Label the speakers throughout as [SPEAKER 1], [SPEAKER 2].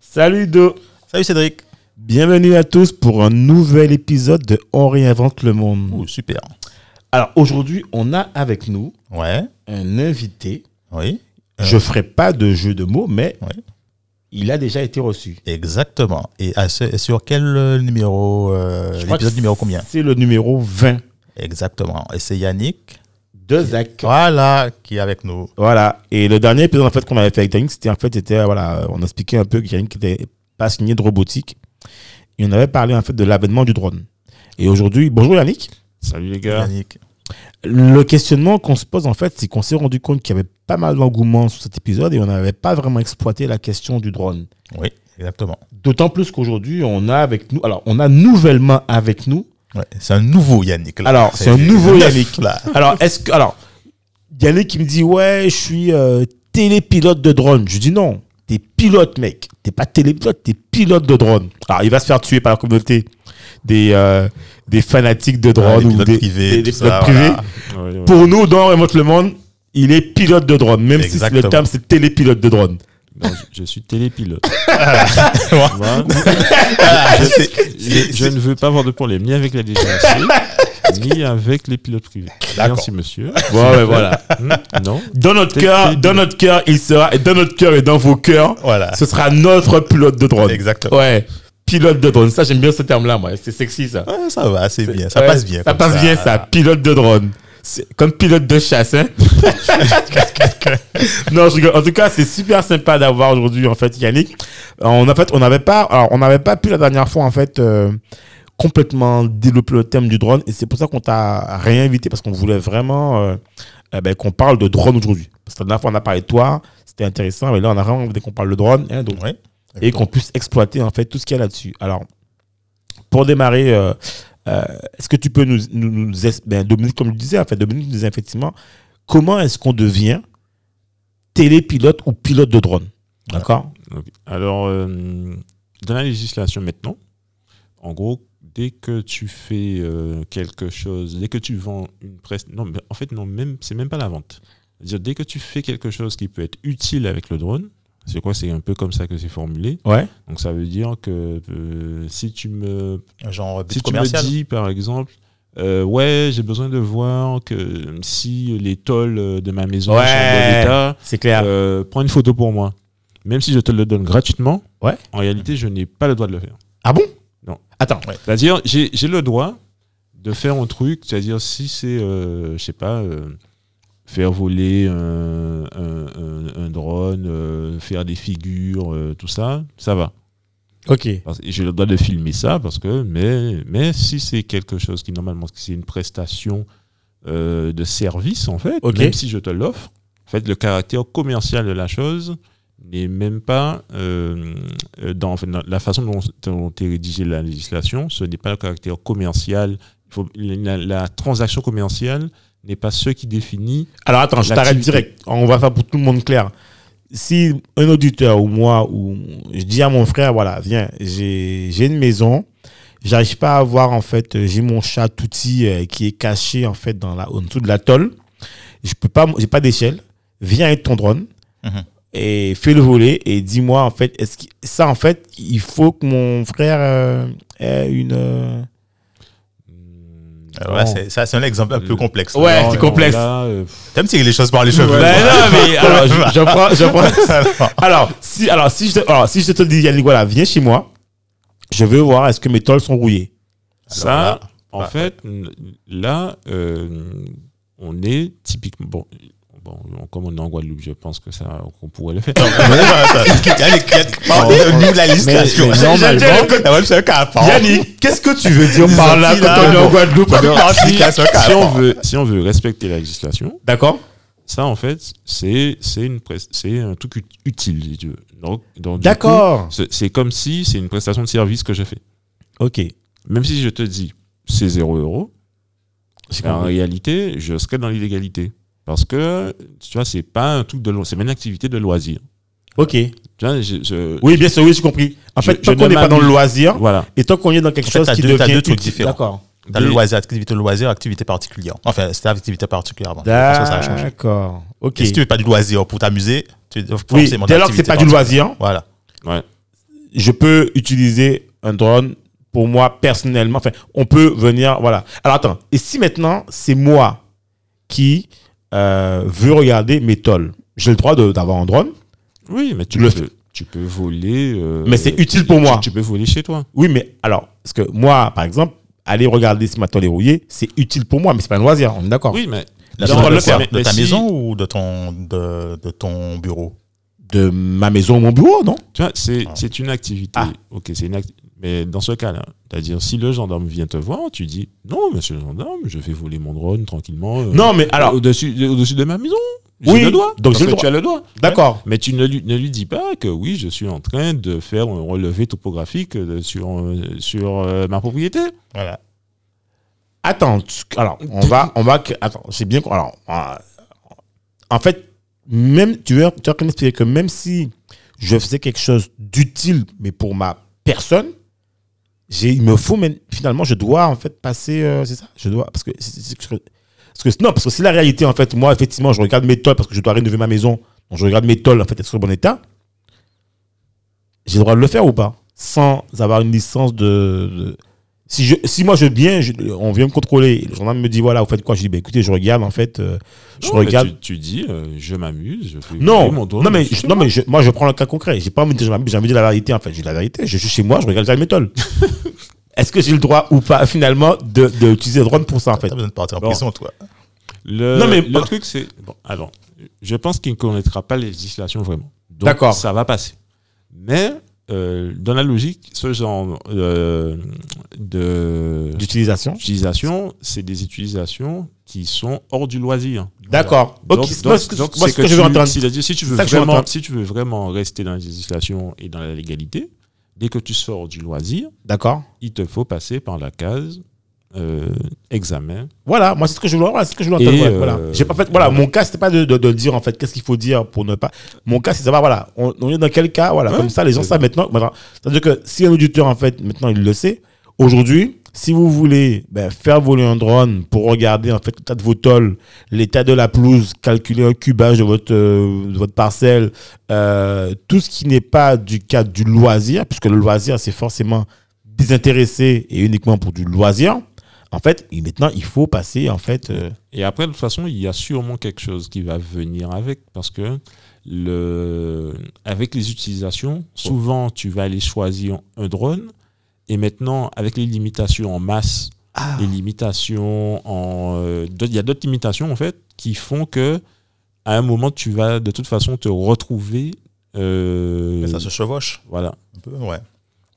[SPEAKER 1] Salut Do,
[SPEAKER 2] Salut Cédric.
[SPEAKER 1] bienvenue à tous pour un nouvel épisode de On réinvente le monde.
[SPEAKER 2] Ouh, super.
[SPEAKER 1] Alors aujourd'hui, on a avec nous
[SPEAKER 2] Ouais,
[SPEAKER 1] un invité.
[SPEAKER 2] oui, Euh.
[SPEAKER 1] Je ferai pas de jeu de mots, mais
[SPEAKER 2] Ouais.
[SPEAKER 1] il a déjà été reçu.
[SPEAKER 2] exactement. Et à ce- et sur quel euh, numéro euh,
[SPEAKER 1] Je crois
[SPEAKER 2] L'épisode
[SPEAKER 1] que
[SPEAKER 2] numéro combien
[SPEAKER 1] C'est le numéro 20
[SPEAKER 2] Exactement. Et c'est Yannick,
[SPEAKER 1] de Zach.
[SPEAKER 2] voilà, qui est avec nous.
[SPEAKER 1] Voilà. Et le dernier épisode en fait qu'on avait fait avec Yannick, c'était en fait c'était voilà, on expliquait un peu que Yannick n'était pas signé de robotique. Et on avait parlé en fait de l'avènement du drone. Et aujourd'hui, bonjour Yannick. Salut les
[SPEAKER 2] Yannick.
[SPEAKER 1] Le questionnement qu'on se pose en fait, c'est qu'on s'est rendu compte qu'il y avait pas mal d'engouement sur cet épisode et on n'avait pas vraiment exploité la question du drone.
[SPEAKER 2] Oui, exactement.
[SPEAKER 1] D'autant plus qu'aujourd'hui, on a avec nous, alors on a nouvellement avec nous.
[SPEAKER 2] Ouais, c'est un nouveau Yannick. là.
[SPEAKER 1] Alors, c'est un nouveau
[SPEAKER 2] neuf,
[SPEAKER 1] Yannick.
[SPEAKER 2] Là.
[SPEAKER 1] Alors, est-ce que, alors, Yannick qui me dit ouais, je suis euh, télépilote de drone. Je dis non, t'es pilote mec, t'es pas télépilote, t'es pilote de drone. Alors, il va se faire tuer par la communauté des euh, des fanatiques de
[SPEAKER 2] Ah,
[SPEAKER 1] drone
[SPEAKER 2] les
[SPEAKER 1] ou
[SPEAKER 2] pilotes
[SPEAKER 1] des,
[SPEAKER 2] privés,
[SPEAKER 1] des-
[SPEAKER 2] tout
[SPEAKER 1] des
[SPEAKER 2] ça,
[SPEAKER 1] pilotes privés.
[SPEAKER 2] voilà.
[SPEAKER 1] Pour nous, dans Remote Le Monde, il est pilote de drone, même si le
[SPEAKER 2] Exactement.
[SPEAKER 1] terme c'est télépilote de drone.
[SPEAKER 3] Non, je, je suis télépilote.
[SPEAKER 2] Voilà.
[SPEAKER 3] Voilà.
[SPEAKER 2] Ah,
[SPEAKER 3] je,
[SPEAKER 2] c'est-
[SPEAKER 3] je- je ne veux pas avoir de problème ni avec la DGAC, ni avec les pilotes privés.
[SPEAKER 2] D'accord.
[SPEAKER 3] Merci monsieur.
[SPEAKER 1] Ouais, ouais, voilà.
[SPEAKER 3] Hmm, non.
[SPEAKER 1] Dans notre cœur, dans notre cœur, il sera, et dans notre cœur et dans vos cœurs,
[SPEAKER 2] voilà.
[SPEAKER 1] ce sera notre pilote de drone.
[SPEAKER 2] Exactement.
[SPEAKER 1] Ouais, pilote de drone. Ça, j'aime bien ce terme-là, moi. C'est sexy, ça.
[SPEAKER 2] Ouais, Ah, ça va, c'est bien. Ça
[SPEAKER 1] Ouais,
[SPEAKER 2] passe bien.
[SPEAKER 1] Ça
[SPEAKER 2] comme
[SPEAKER 1] passe bien, ça. Pilote de drone. C'est Comme pilote de chasse, hein. non, je rigole. En tout cas, c'est super sympa d'avoir aujourd'hui, en fait, Yannick. Euh, On, en fait, on n'avait pas, alors, on n'avait pas pu la dernière fois, en fait, euh, complètement développer le thème du drone. Et c'est pour ça qu'on t'a réinvité parce qu'on voulait vraiment, euh, eh ben, qu'on parle de drone aujourd'hui. Parce que la dernière fois, on a parlé de toi. C'était intéressant. Mais là, on a vraiment envie qu'on parle de drone. hein, donc,
[SPEAKER 2] Ouais.
[SPEAKER 1] et qu'on puisse exploiter en fait tout ce qu'il y a là-dessus. Alors, pour démarrer, euh, euh, est-ce que tu peux nous, nous, nous es- ben, Dominique, comme je disais, en fait, Dominique nous disait effectivement, comment est-ce qu'on devient télépilote ou pilote de drone D'accord
[SPEAKER 3] Ok. Alors, euh, dans la législation maintenant, en gros, dès que tu fais euh, quelque chose, dès que tu vends une presse, non, mais en fait, non, même c'est même pas la vente. C'est-à-dire, dès que tu fais quelque chose qui peut être utile avec le drone, c'est quoi C'est un peu comme ça que c'est formulé.
[SPEAKER 1] Ouais.
[SPEAKER 3] Donc ça veut dire que euh, si tu me
[SPEAKER 2] Genre, but
[SPEAKER 3] si tu me
[SPEAKER 2] commercial.
[SPEAKER 3] dis, par exemple, euh, ouais, j'ai besoin de voir que euh, si les tôles euh, de ma maison
[SPEAKER 1] Ouais. Ah.
[SPEAKER 3] sont en bon état,
[SPEAKER 1] C'est clair.
[SPEAKER 3] euh, prends une photo pour moi. Même si je te le donne gratuitement,
[SPEAKER 1] Ouais.
[SPEAKER 3] en réalité, je n'ai pas le droit de le faire.
[SPEAKER 1] ah bon
[SPEAKER 3] non.
[SPEAKER 1] Attends.
[SPEAKER 3] C'est-à-dire, j'ai j'ai le droit de faire un truc, c'est-à-dire si c'est, euh, je sais pas, euh, faire voler un, un- un- un drone, euh, faire des figures, euh, tout ça, ça va.
[SPEAKER 1] Ok.
[SPEAKER 3] Parce- et J'ai le droit de filmer ça parce que, mais, mais si c'est quelque chose qui normalement c'est une prestation euh, de service en fait,
[SPEAKER 1] Ok.
[SPEAKER 3] même si je te l'offre, en fait le caractère commercial de la chose n'est même pas euh, euh, dans, en fait, dans la façon dont, dont est rédigée la législation, ce n'est pas le caractère commercial. Il faut, la, la transaction commerciale n'est pas ce qui définit.
[SPEAKER 1] Alors attends, je t'arrête
[SPEAKER 3] L'activité.
[SPEAKER 1] direct. On va faire pour tout le monde clair. Si un auditeur ou moi, ou je dis à mon frère, voilà, viens, j'ai j'ai une maison, j'arrive pas à avoir, en fait, euh, j'ai mon chat touti euh, qui est caché, en fait, dans la, en dessous de l'atoll. Je peux pas, j'ai pas d'échelle. Viens avec ton drone
[SPEAKER 2] Mhm.
[SPEAKER 1] et fais le voler et dis-moi, en fait, est-ce que ça, en fait, il faut que mon frère euh, ait une. euh,
[SPEAKER 3] hum,
[SPEAKER 2] Alors là,
[SPEAKER 3] non.
[SPEAKER 2] Ah c'est- ça, c'est un exemple un peu
[SPEAKER 3] Le-
[SPEAKER 2] complexe.
[SPEAKER 1] Ouais,
[SPEAKER 2] Alors,
[SPEAKER 1] c'est
[SPEAKER 2] on-
[SPEAKER 1] complexe.
[SPEAKER 3] Là, euh,
[SPEAKER 2] T'aimes tirer les choses par les cheveux.
[SPEAKER 1] Ben non, mais alors, je, je prends- je prends-
[SPEAKER 2] Alors,
[SPEAKER 1] Alors, si, alors, si je te, alors, si je te dis, Yannick, voilà, viens chez moi, je veux voir est-ce que mes toiles sont rouillées.
[SPEAKER 3] Ça,
[SPEAKER 2] là,
[SPEAKER 3] en
[SPEAKER 2] bah,
[SPEAKER 3] fait, n- là, euh, on est typiquement. Bon, bon, comme on est en Guadeloupe, je pense que ça, qu'on pourrait le faire.
[SPEAKER 2] Yannick, Yannick, pardon, au niveau de la législation.
[SPEAKER 1] mais normalement-
[SPEAKER 2] Ah ouais, c'est un cas à part.
[SPEAKER 1] Yannick, qu'est-ce que tu veux dire par là
[SPEAKER 2] Ils ont dit, là, Bah,
[SPEAKER 1] quand on est en
[SPEAKER 2] bon.
[SPEAKER 1] Guadeloupe
[SPEAKER 2] Non, c'est un cas à
[SPEAKER 3] si,
[SPEAKER 2] part.
[SPEAKER 3] on veut, si on veut respecter la législation,
[SPEAKER 1] D'accord
[SPEAKER 3] Ça, en fait, c'est c'est une pres- c'est un truc ut- utile. si tu veux. Donc, donc, du
[SPEAKER 1] D'accord.
[SPEAKER 3] coup, c'est- C'est comme si c'est une prestation de service que je fais.
[SPEAKER 1] Ok.
[SPEAKER 3] Même si je te dis c'est 0 euros,
[SPEAKER 1] J'ai
[SPEAKER 3] en
[SPEAKER 1] compris.
[SPEAKER 3] réalité, je serais dans l'illégalité. Parce que, tu vois, c'est pas un truc de lo- c'est pas une activité de loisir.
[SPEAKER 1] Ok.
[SPEAKER 3] Tu vois, je- je-
[SPEAKER 1] Oui, bien sûr, oui, j'ai compris. En fait,
[SPEAKER 3] Je-
[SPEAKER 1] tant
[SPEAKER 3] je
[SPEAKER 1] qu'on
[SPEAKER 3] ne
[SPEAKER 1] n'est pas dans le
[SPEAKER 3] m'amuse.
[SPEAKER 1] loisir
[SPEAKER 3] Voilà.
[SPEAKER 1] et tant qu'on est dans quelque
[SPEAKER 2] En fait,
[SPEAKER 1] chose
[SPEAKER 2] t'as
[SPEAKER 1] qui
[SPEAKER 2] deux- t'as
[SPEAKER 1] devient
[SPEAKER 2] deux trucs
[SPEAKER 1] utile.
[SPEAKER 2] différents.
[SPEAKER 1] D'accord.
[SPEAKER 2] T'as le
[SPEAKER 3] Des-
[SPEAKER 2] loisir, activité loisir, activité particulière. Enfin, c'était activité particulière avant. Parce que ça a changé.
[SPEAKER 1] D'accord. Ok.
[SPEAKER 2] Et si tu veux pas du loisir pour t'amuser, tu dois
[SPEAKER 1] Oui,
[SPEAKER 2] forcément
[SPEAKER 1] dès lors que c'est
[SPEAKER 2] d'activité
[SPEAKER 1] pas du
[SPEAKER 2] particulière.
[SPEAKER 1] loisir,
[SPEAKER 2] Voilà.
[SPEAKER 3] Ouais.
[SPEAKER 1] je peux utiliser un drone pour moi personnellement. Enfin, on peut venir, voilà. Alors attends. Et si maintenant c'est moi qui euh, veux regarder mes tolls, j'ai le droit de- d'avoir un drone.
[SPEAKER 3] Oui, mais tu,
[SPEAKER 1] Le
[SPEAKER 3] peux, tu peux voler. euh,
[SPEAKER 1] Mais c'est utile pour
[SPEAKER 3] tu-
[SPEAKER 1] moi.
[SPEAKER 3] Tu, peux voler chez toi.
[SPEAKER 1] Oui, mais alors, parce que moi, par exemple, aller regarder si ma toile est rouillée, c'est utile pour moi, mais c'est pas un loisir. On est d'accord.
[SPEAKER 3] Oui, mais.
[SPEAKER 2] Là,
[SPEAKER 1] Dans
[SPEAKER 2] tu dois
[SPEAKER 1] le
[SPEAKER 2] le faire
[SPEAKER 1] faire.
[SPEAKER 2] de
[SPEAKER 3] Mais
[SPEAKER 2] ta
[SPEAKER 3] si-
[SPEAKER 2] maison ou de ton, de, de ton bureau
[SPEAKER 1] De ma maison ou mon bureau, non
[SPEAKER 3] Tu vois, c'est
[SPEAKER 2] Ah.
[SPEAKER 3] c'est une activité.
[SPEAKER 1] Ah.
[SPEAKER 3] Ok, c'est une acti- Mais dans ce cas-là, c'est-à-dire, si le gendarme vient te voir, tu dis Non, monsieur le gendarme, je vais voler mon drone tranquillement. euh,
[SPEAKER 1] Non, mais alors,
[SPEAKER 3] Au-dessus de, au-dessus de ma maison.
[SPEAKER 1] Oui,
[SPEAKER 3] J'ai le doigt.
[SPEAKER 1] donc
[SPEAKER 3] Parce
[SPEAKER 1] j'ai le
[SPEAKER 3] que Tu as le doigt.
[SPEAKER 1] d'accord.
[SPEAKER 3] Mais tu ne lui, ne lui dis pas que oui, je suis en train de faire un relevé topographique euh, sur, euh, sur euh, ma propriété.
[SPEAKER 2] Voilà.
[SPEAKER 1] Attends, tu- alors, on va, on va, que- attends, c'est bien, qu'on- alors, euh, en fait, même, tu veux, tu as quand même expliqué que même si je faisais quelque chose d'utile, mais pour ma personne, j'ai, il me faut, mais finalement, je dois, en fait, passer, euh, c'est ça Je dois, parce que, c'est- c'est- c'est- parce que, non, parce que c'est la réalité, en fait, moi, effectivement, je regarde mes tolls parce que je dois rénover ma maison, donc je regarde mes tolls, en fait, est-ce que c'est en bon état J'ai le droit de le faire ou pas Sans avoir une licence de- de si, je, si moi je viens, je- on vient me contrôler, le gendarme me dit voilà, vous faites quoi Je dis bah, écoutez, je regarde en fait, euh, je
[SPEAKER 3] Non, mais
[SPEAKER 1] regarde.
[SPEAKER 3] Tu, tu dis euh, Je m'amuse, je fais
[SPEAKER 1] Non,
[SPEAKER 3] voler mon drone
[SPEAKER 1] non mais,
[SPEAKER 3] au-dessus
[SPEAKER 1] je-
[SPEAKER 3] de
[SPEAKER 1] non
[SPEAKER 3] moi.
[SPEAKER 1] mais je- moi je prends le cas concret. J'ai pas envie de dire je m'amuse, j'ai envie de dire la vérité en fait. J'ai la vérité. Je suis chez moi, je regarde le métal. Est-ce que j'ai le droit ou pas finalement de, de utiliser le drone pour ça en fait
[SPEAKER 3] Ah,
[SPEAKER 2] T'as besoin de partir en
[SPEAKER 1] Bon.
[SPEAKER 2] prison, toi.
[SPEAKER 3] Le,
[SPEAKER 1] Non, mais-
[SPEAKER 3] le truc, c'est. Bon, alors, je pense qu'il ne connaîtra pas les législations vraiment. Donc,
[SPEAKER 1] D'accord.
[SPEAKER 3] Ça va passer. Mais, euh, dans la logique, ce genre euh, de-
[SPEAKER 1] D'utilisation.
[SPEAKER 3] d'utilisation, c'est des utilisations qui sont hors du loisir.
[SPEAKER 1] D'accord.
[SPEAKER 3] Donc,
[SPEAKER 1] Ok,
[SPEAKER 3] donc-
[SPEAKER 1] moi, ce que-
[SPEAKER 3] donc,
[SPEAKER 1] moi,
[SPEAKER 3] c'est
[SPEAKER 1] ce que je veux
[SPEAKER 3] tu-
[SPEAKER 1] entendre.
[SPEAKER 3] c'est-à-dire, si tu veux
[SPEAKER 1] ça que je veux
[SPEAKER 3] vraiment,
[SPEAKER 1] entendre.
[SPEAKER 3] si tu veux vraiment rester dans la législation et dans la légalité, dès que tu sors du loisir,
[SPEAKER 1] D'accord.
[SPEAKER 3] il te faut passer par la case euh, examen.
[SPEAKER 1] Voilà, moi c'est ce que je voulais, voilà, c'est ce que je voulais
[SPEAKER 3] Et,
[SPEAKER 1] entendre. ouais,
[SPEAKER 3] euh,
[SPEAKER 1] voilà. J'ai pas fait, voilà,
[SPEAKER 3] voilà.
[SPEAKER 1] mon cas c'était pas de, de, de dire en fait qu'est-ce qu'il faut dire pour ne pas. Mon cas c'est de savoir voilà, on, on est dans quel cas, voilà,
[SPEAKER 3] Ouais,
[SPEAKER 1] comme ça les gens
[SPEAKER 3] c'est
[SPEAKER 1] savent maintenant. maintenant. C'est-à-dire que si un auditeur en fait maintenant il le sait, aujourd'hui, si vous voulez ben, faire voler un drone pour regarder en fait l'état de vos tolls, l'état de la pelouse, calculer un cubage de votre euh, de votre parcelle, euh, tout ce qui n'est pas du cadre du loisir, puisque le loisir c'est forcément désintéressé et uniquement pour du loisir. En fait, il- maintenant, il faut passer, en fait... euh,
[SPEAKER 3] Et après, de toute façon, il y a sûrement quelque chose qui va venir avec, parce que le, avec les utilisations, souvent, tu vas aller choisir un drone, et maintenant, avec les limitations en masse,
[SPEAKER 1] Ah.
[SPEAKER 3] les limitations en... euh, d'autres- Il y a d'autres limitations, en fait, qui font que, à un moment, tu vas de toute façon te retrouver... euh,
[SPEAKER 2] Mais ça se chevauche
[SPEAKER 3] voilà.
[SPEAKER 2] un peu, ouais.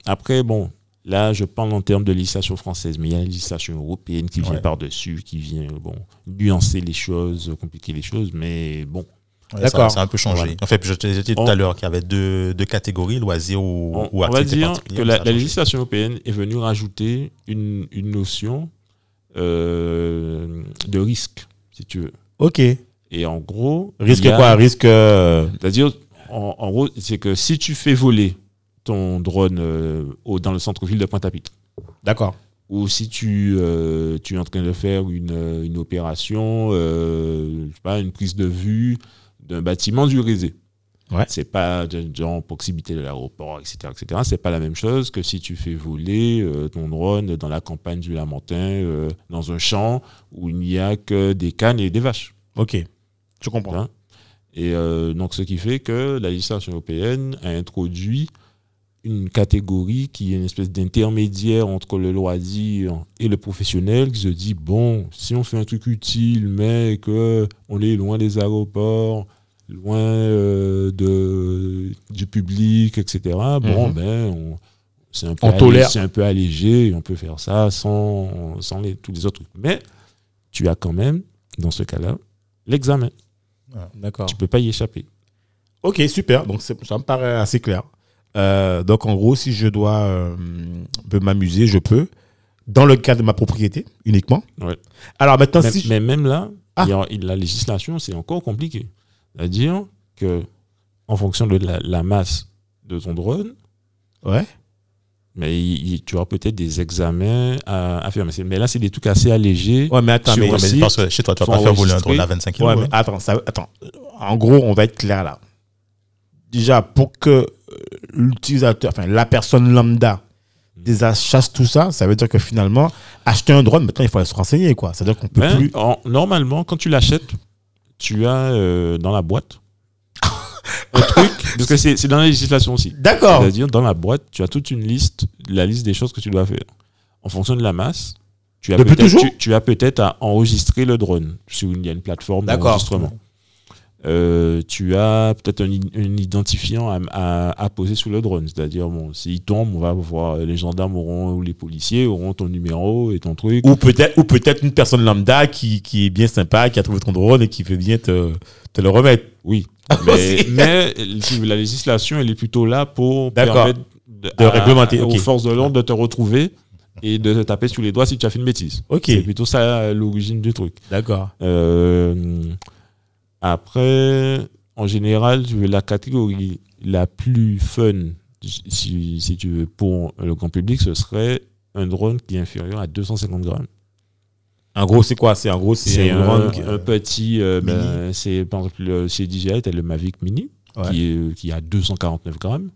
[SPEAKER 3] Après, bon, là, je parle en termes de législation française, mais il y a la législation européenne qui vient
[SPEAKER 2] Ouais.
[SPEAKER 3] par-dessus, qui vient, bon, nuancer les choses, compliquer les choses, mais bon.
[SPEAKER 2] Ouais,
[SPEAKER 1] D'accord.
[SPEAKER 2] Ça, ça a un peu changé.
[SPEAKER 3] Voilà.
[SPEAKER 2] En fait, je te disais tout
[SPEAKER 3] On-
[SPEAKER 2] à l'heure qu'il y avait deux, deux catégories, loisirs ou,
[SPEAKER 3] On,
[SPEAKER 2] ou
[SPEAKER 3] on va
[SPEAKER 2] activités
[SPEAKER 3] dire
[SPEAKER 2] particulières,
[SPEAKER 3] que
[SPEAKER 2] ça
[SPEAKER 3] la,
[SPEAKER 2] a
[SPEAKER 3] la
[SPEAKER 2] changé.
[SPEAKER 3] législation européenne est venue rajouter une, une notion euh, de risque, si tu veux.
[SPEAKER 1] Ok.
[SPEAKER 3] Et en gros.
[SPEAKER 1] Risque
[SPEAKER 3] il y a-
[SPEAKER 1] quoi Risque... euh,
[SPEAKER 3] C'est-à-dire, en, en gros, c'est que si tu fais voler ton drone euh, au- dans le centre-ville de Pointe-à-Pitre,
[SPEAKER 1] D'accord.
[SPEAKER 3] ou si tu, euh, tu es en train de faire une, euh, une opération, euh, je sais pas, une prise de vue d'un bâtiment du Rézé.
[SPEAKER 1] Ouais.
[SPEAKER 3] C'est pas de- de- en proximité de l'aéroport, etc. etc. C'est pas la même chose que si tu fais voler euh, ton drone dans la campagne du Lamentin, euh, dans un champ où il n'y a que des cannes et des vaches.
[SPEAKER 1] Ok. Je comprends.
[SPEAKER 3] Hein. Et euh, donc, ce qui fait que la législation européenne a introduit une catégorie qui est une espèce d'intermédiaire entre le loisir et le professionnel qui se dit bon, si on fait un truc utile, mais que on est loin des aéroports, loin euh, de, du public, etc., bon,
[SPEAKER 1] Mhm.
[SPEAKER 3] ben, on- c'est un, peu
[SPEAKER 1] On
[SPEAKER 3] allé-
[SPEAKER 1] tolère.
[SPEAKER 3] c'est un peu allégé, on peut faire ça sans, sans les- tous les autres trucs. Mais tu as quand même, dans ce cas-là, l'examen.
[SPEAKER 1] D'accord.
[SPEAKER 3] Tu peux pas y échapper.
[SPEAKER 1] Ok, super. Donc, c'est- ça me paraît assez clair. Euh, donc, en gros, si je dois euh, peut m'amuser, je peux. Dans le cadre de ma propriété, uniquement.
[SPEAKER 3] Ouais.
[SPEAKER 1] Alors, maintenant,
[SPEAKER 3] mais,
[SPEAKER 1] si. je-
[SPEAKER 3] mais même là,
[SPEAKER 1] Ah.
[SPEAKER 3] il y a- il- la législation, c'est encore compliqué. C'est-à-dire que en fonction de la, la masse de ton drone,
[SPEAKER 1] Ouais.
[SPEAKER 3] mais il- il- tu auras peut-être des examens à, à faire. Mais, c'est- mais là, c'est des trucs assez allégés.
[SPEAKER 1] Ouais, mais attends,
[SPEAKER 3] Sur
[SPEAKER 1] mais.
[SPEAKER 3] un
[SPEAKER 2] Ouais, mais
[SPEAKER 3] aussi,
[SPEAKER 2] parce que chez toi, tu vas
[SPEAKER 3] faut
[SPEAKER 2] pas faire voler un drone à
[SPEAKER 3] enregistrer.
[SPEAKER 2] 25 kg.
[SPEAKER 1] Ouais, mais attends, ça- attends. En gros, on va être clair là. Déjà, pour que euh, l'utilisateur, enfin la personne lambda, Hmm. désachète tout ça, ça veut dire que finalement, acheter un drone, maintenant, il faut se renseigner, quoi. C'est-à-dire qu'on peut
[SPEAKER 3] Ben,
[SPEAKER 1] plus.
[SPEAKER 3] en- normalement, quand tu l'achètes, tu as euh, dans la boîte un truc, parce que c'est c'est dans la législation aussi.
[SPEAKER 1] D'accord.
[SPEAKER 3] C'est-à-dire, dans la boîte, tu as toute une liste, la liste des choses que tu dois faire. En fonction de la masse, tu as
[SPEAKER 1] Depuis
[SPEAKER 3] peut-être
[SPEAKER 1] toujours
[SPEAKER 3] tu, tu as peut-être à enregistrer le drone. Sur une- Il y a une plateforme
[SPEAKER 1] D'accord.
[SPEAKER 3] d'enregistrement. Euh, tu as peut-être un, i- un identifiant à, à- à poser sous le drone. C'est-à-dire, bon, s'il tombe, on va voir, les gendarmes auront, ou les policiers auront ton numéro et ton truc.
[SPEAKER 1] Ou peut-être, ou peut-être une personne lambda qui, qui est bien sympa, qui a trouvé ton drone et qui veut bien te, te le remettre.
[SPEAKER 3] Oui. Mais,
[SPEAKER 1] Aussi.
[SPEAKER 3] mais si la législation, elle est plutôt là pour
[SPEAKER 1] D'accord.
[SPEAKER 3] permettre de,
[SPEAKER 1] De réglementer,
[SPEAKER 3] aux
[SPEAKER 1] ok.
[SPEAKER 3] forces de l'ordre de te retrouver et de te taper sous les doigts si tu as fait une bêtise.
[SPEAKER 1] Ok.
[SPEAKER 3] C'est plutôt ça euh, l'origine du truc.
[SPEAKER 1] D'accord.
[SPEAKER 3] Euh, après, en général, tu veux la catégorie la plus fun, si, si tu veux, pour le grand public, ce serait un drone qui est inférieur à 250 grammes.
[SPEAKER 1] En gros, c'est quoi C'est en gros,
[SPEAKER 3] C'est
[SPEAKER 1] c'est un
[SPEAKER 3] un,
[SPEAKER 1] drone. qui-
[SPEAKER 3] un petit. euh,
[SPEAKER 1] Mini.
[SPEAKER 3] ben, c'est par exemple le- chez DJI, t'as le Mavic Mini
[SPEAKER 1] Ouais.
[SPEAKER 3] qui, est- qui a 249 grammes.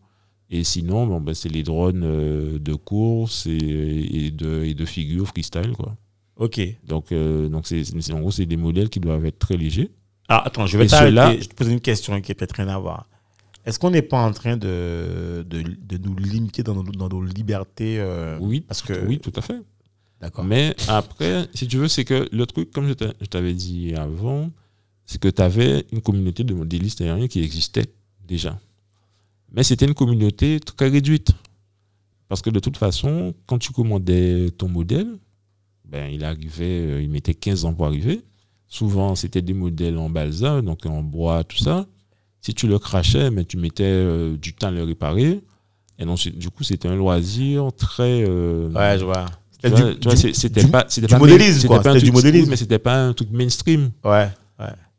[SPEAKER 3] Et sinon, bon, ben, c'est les drones euh, de course et, et de, et de figure freestyle. Quoi.
[SPEAKER 1] Ok.
[SPEAKER 3] Donc, euh, donc c'est, c'est- en gros, c'est des modèles qui doivent être très légers.
[SPEAKER 1] Alors, Ah, attends, je vais
[SPEAKER 3] Et
[SPEAKER 1] t'arrêter.
[SPEAKER 3] ceux-là-
[SPEAKER 1] Je te pose une question qui a peut-être rien à voir. Est-ce qu'on n'est pas en train de, de, de nous limiter dans nos, dans nos libertés euh,
[SPEAKER 3] Oui,
[SPEAKER 1] Parce que.
[SPEAKER 3] oui, tout à fait.
[SPEAKER 1] D'accord.
[SPEAKER 3] Mais après, si tu veux, c'est que le truc, comme je t'a- je t'avais dit avant, c'est que tu avais une communauté de modélistes aériens qui existait déjà. Mais c'était une communauté très réduite. Parce que de toute façon, quand tu commandais ton modèle, ben, il arrivait, euh, il mettait 15 ans pour arriver. Souvent, c'était des modèles en balsa, donc en bois, tout ça. Si tu le crachais, mais tu mettais euh, du temps à le réparer. Et donc, c'est- du coup, c'était un loisir très. euh,
[SPEAKER 1] Ouais, je vois.
[SPEAKER 3] tu
[SPEAKER 1] C'était
[SPEAKER 3] vois,
[SPEAKER 1] du-
[SPEAKER 3] tu vois,
[SPEAKER 1] du-
[SPEAKER 3] c'est- c'était
[SPEAKER 1] du-
[SPEAKER 3] pas c'était
[SPEAKER 1] du
[SPEAKER 3] pas main-
[SPEAKER 1] modélisme,
[SPEAKER 3] c'était
[SPEAKER 1] quoi.
[SPEAKER 3] pas un
[SPEAKER 1] C'était du
[SPEAKER 3] truc-
[SPEAKER 1] modélisme.
[SPEAKER 3] oui, mais c'était pas un truc mainstream
[SPEAKER 1] Ouais.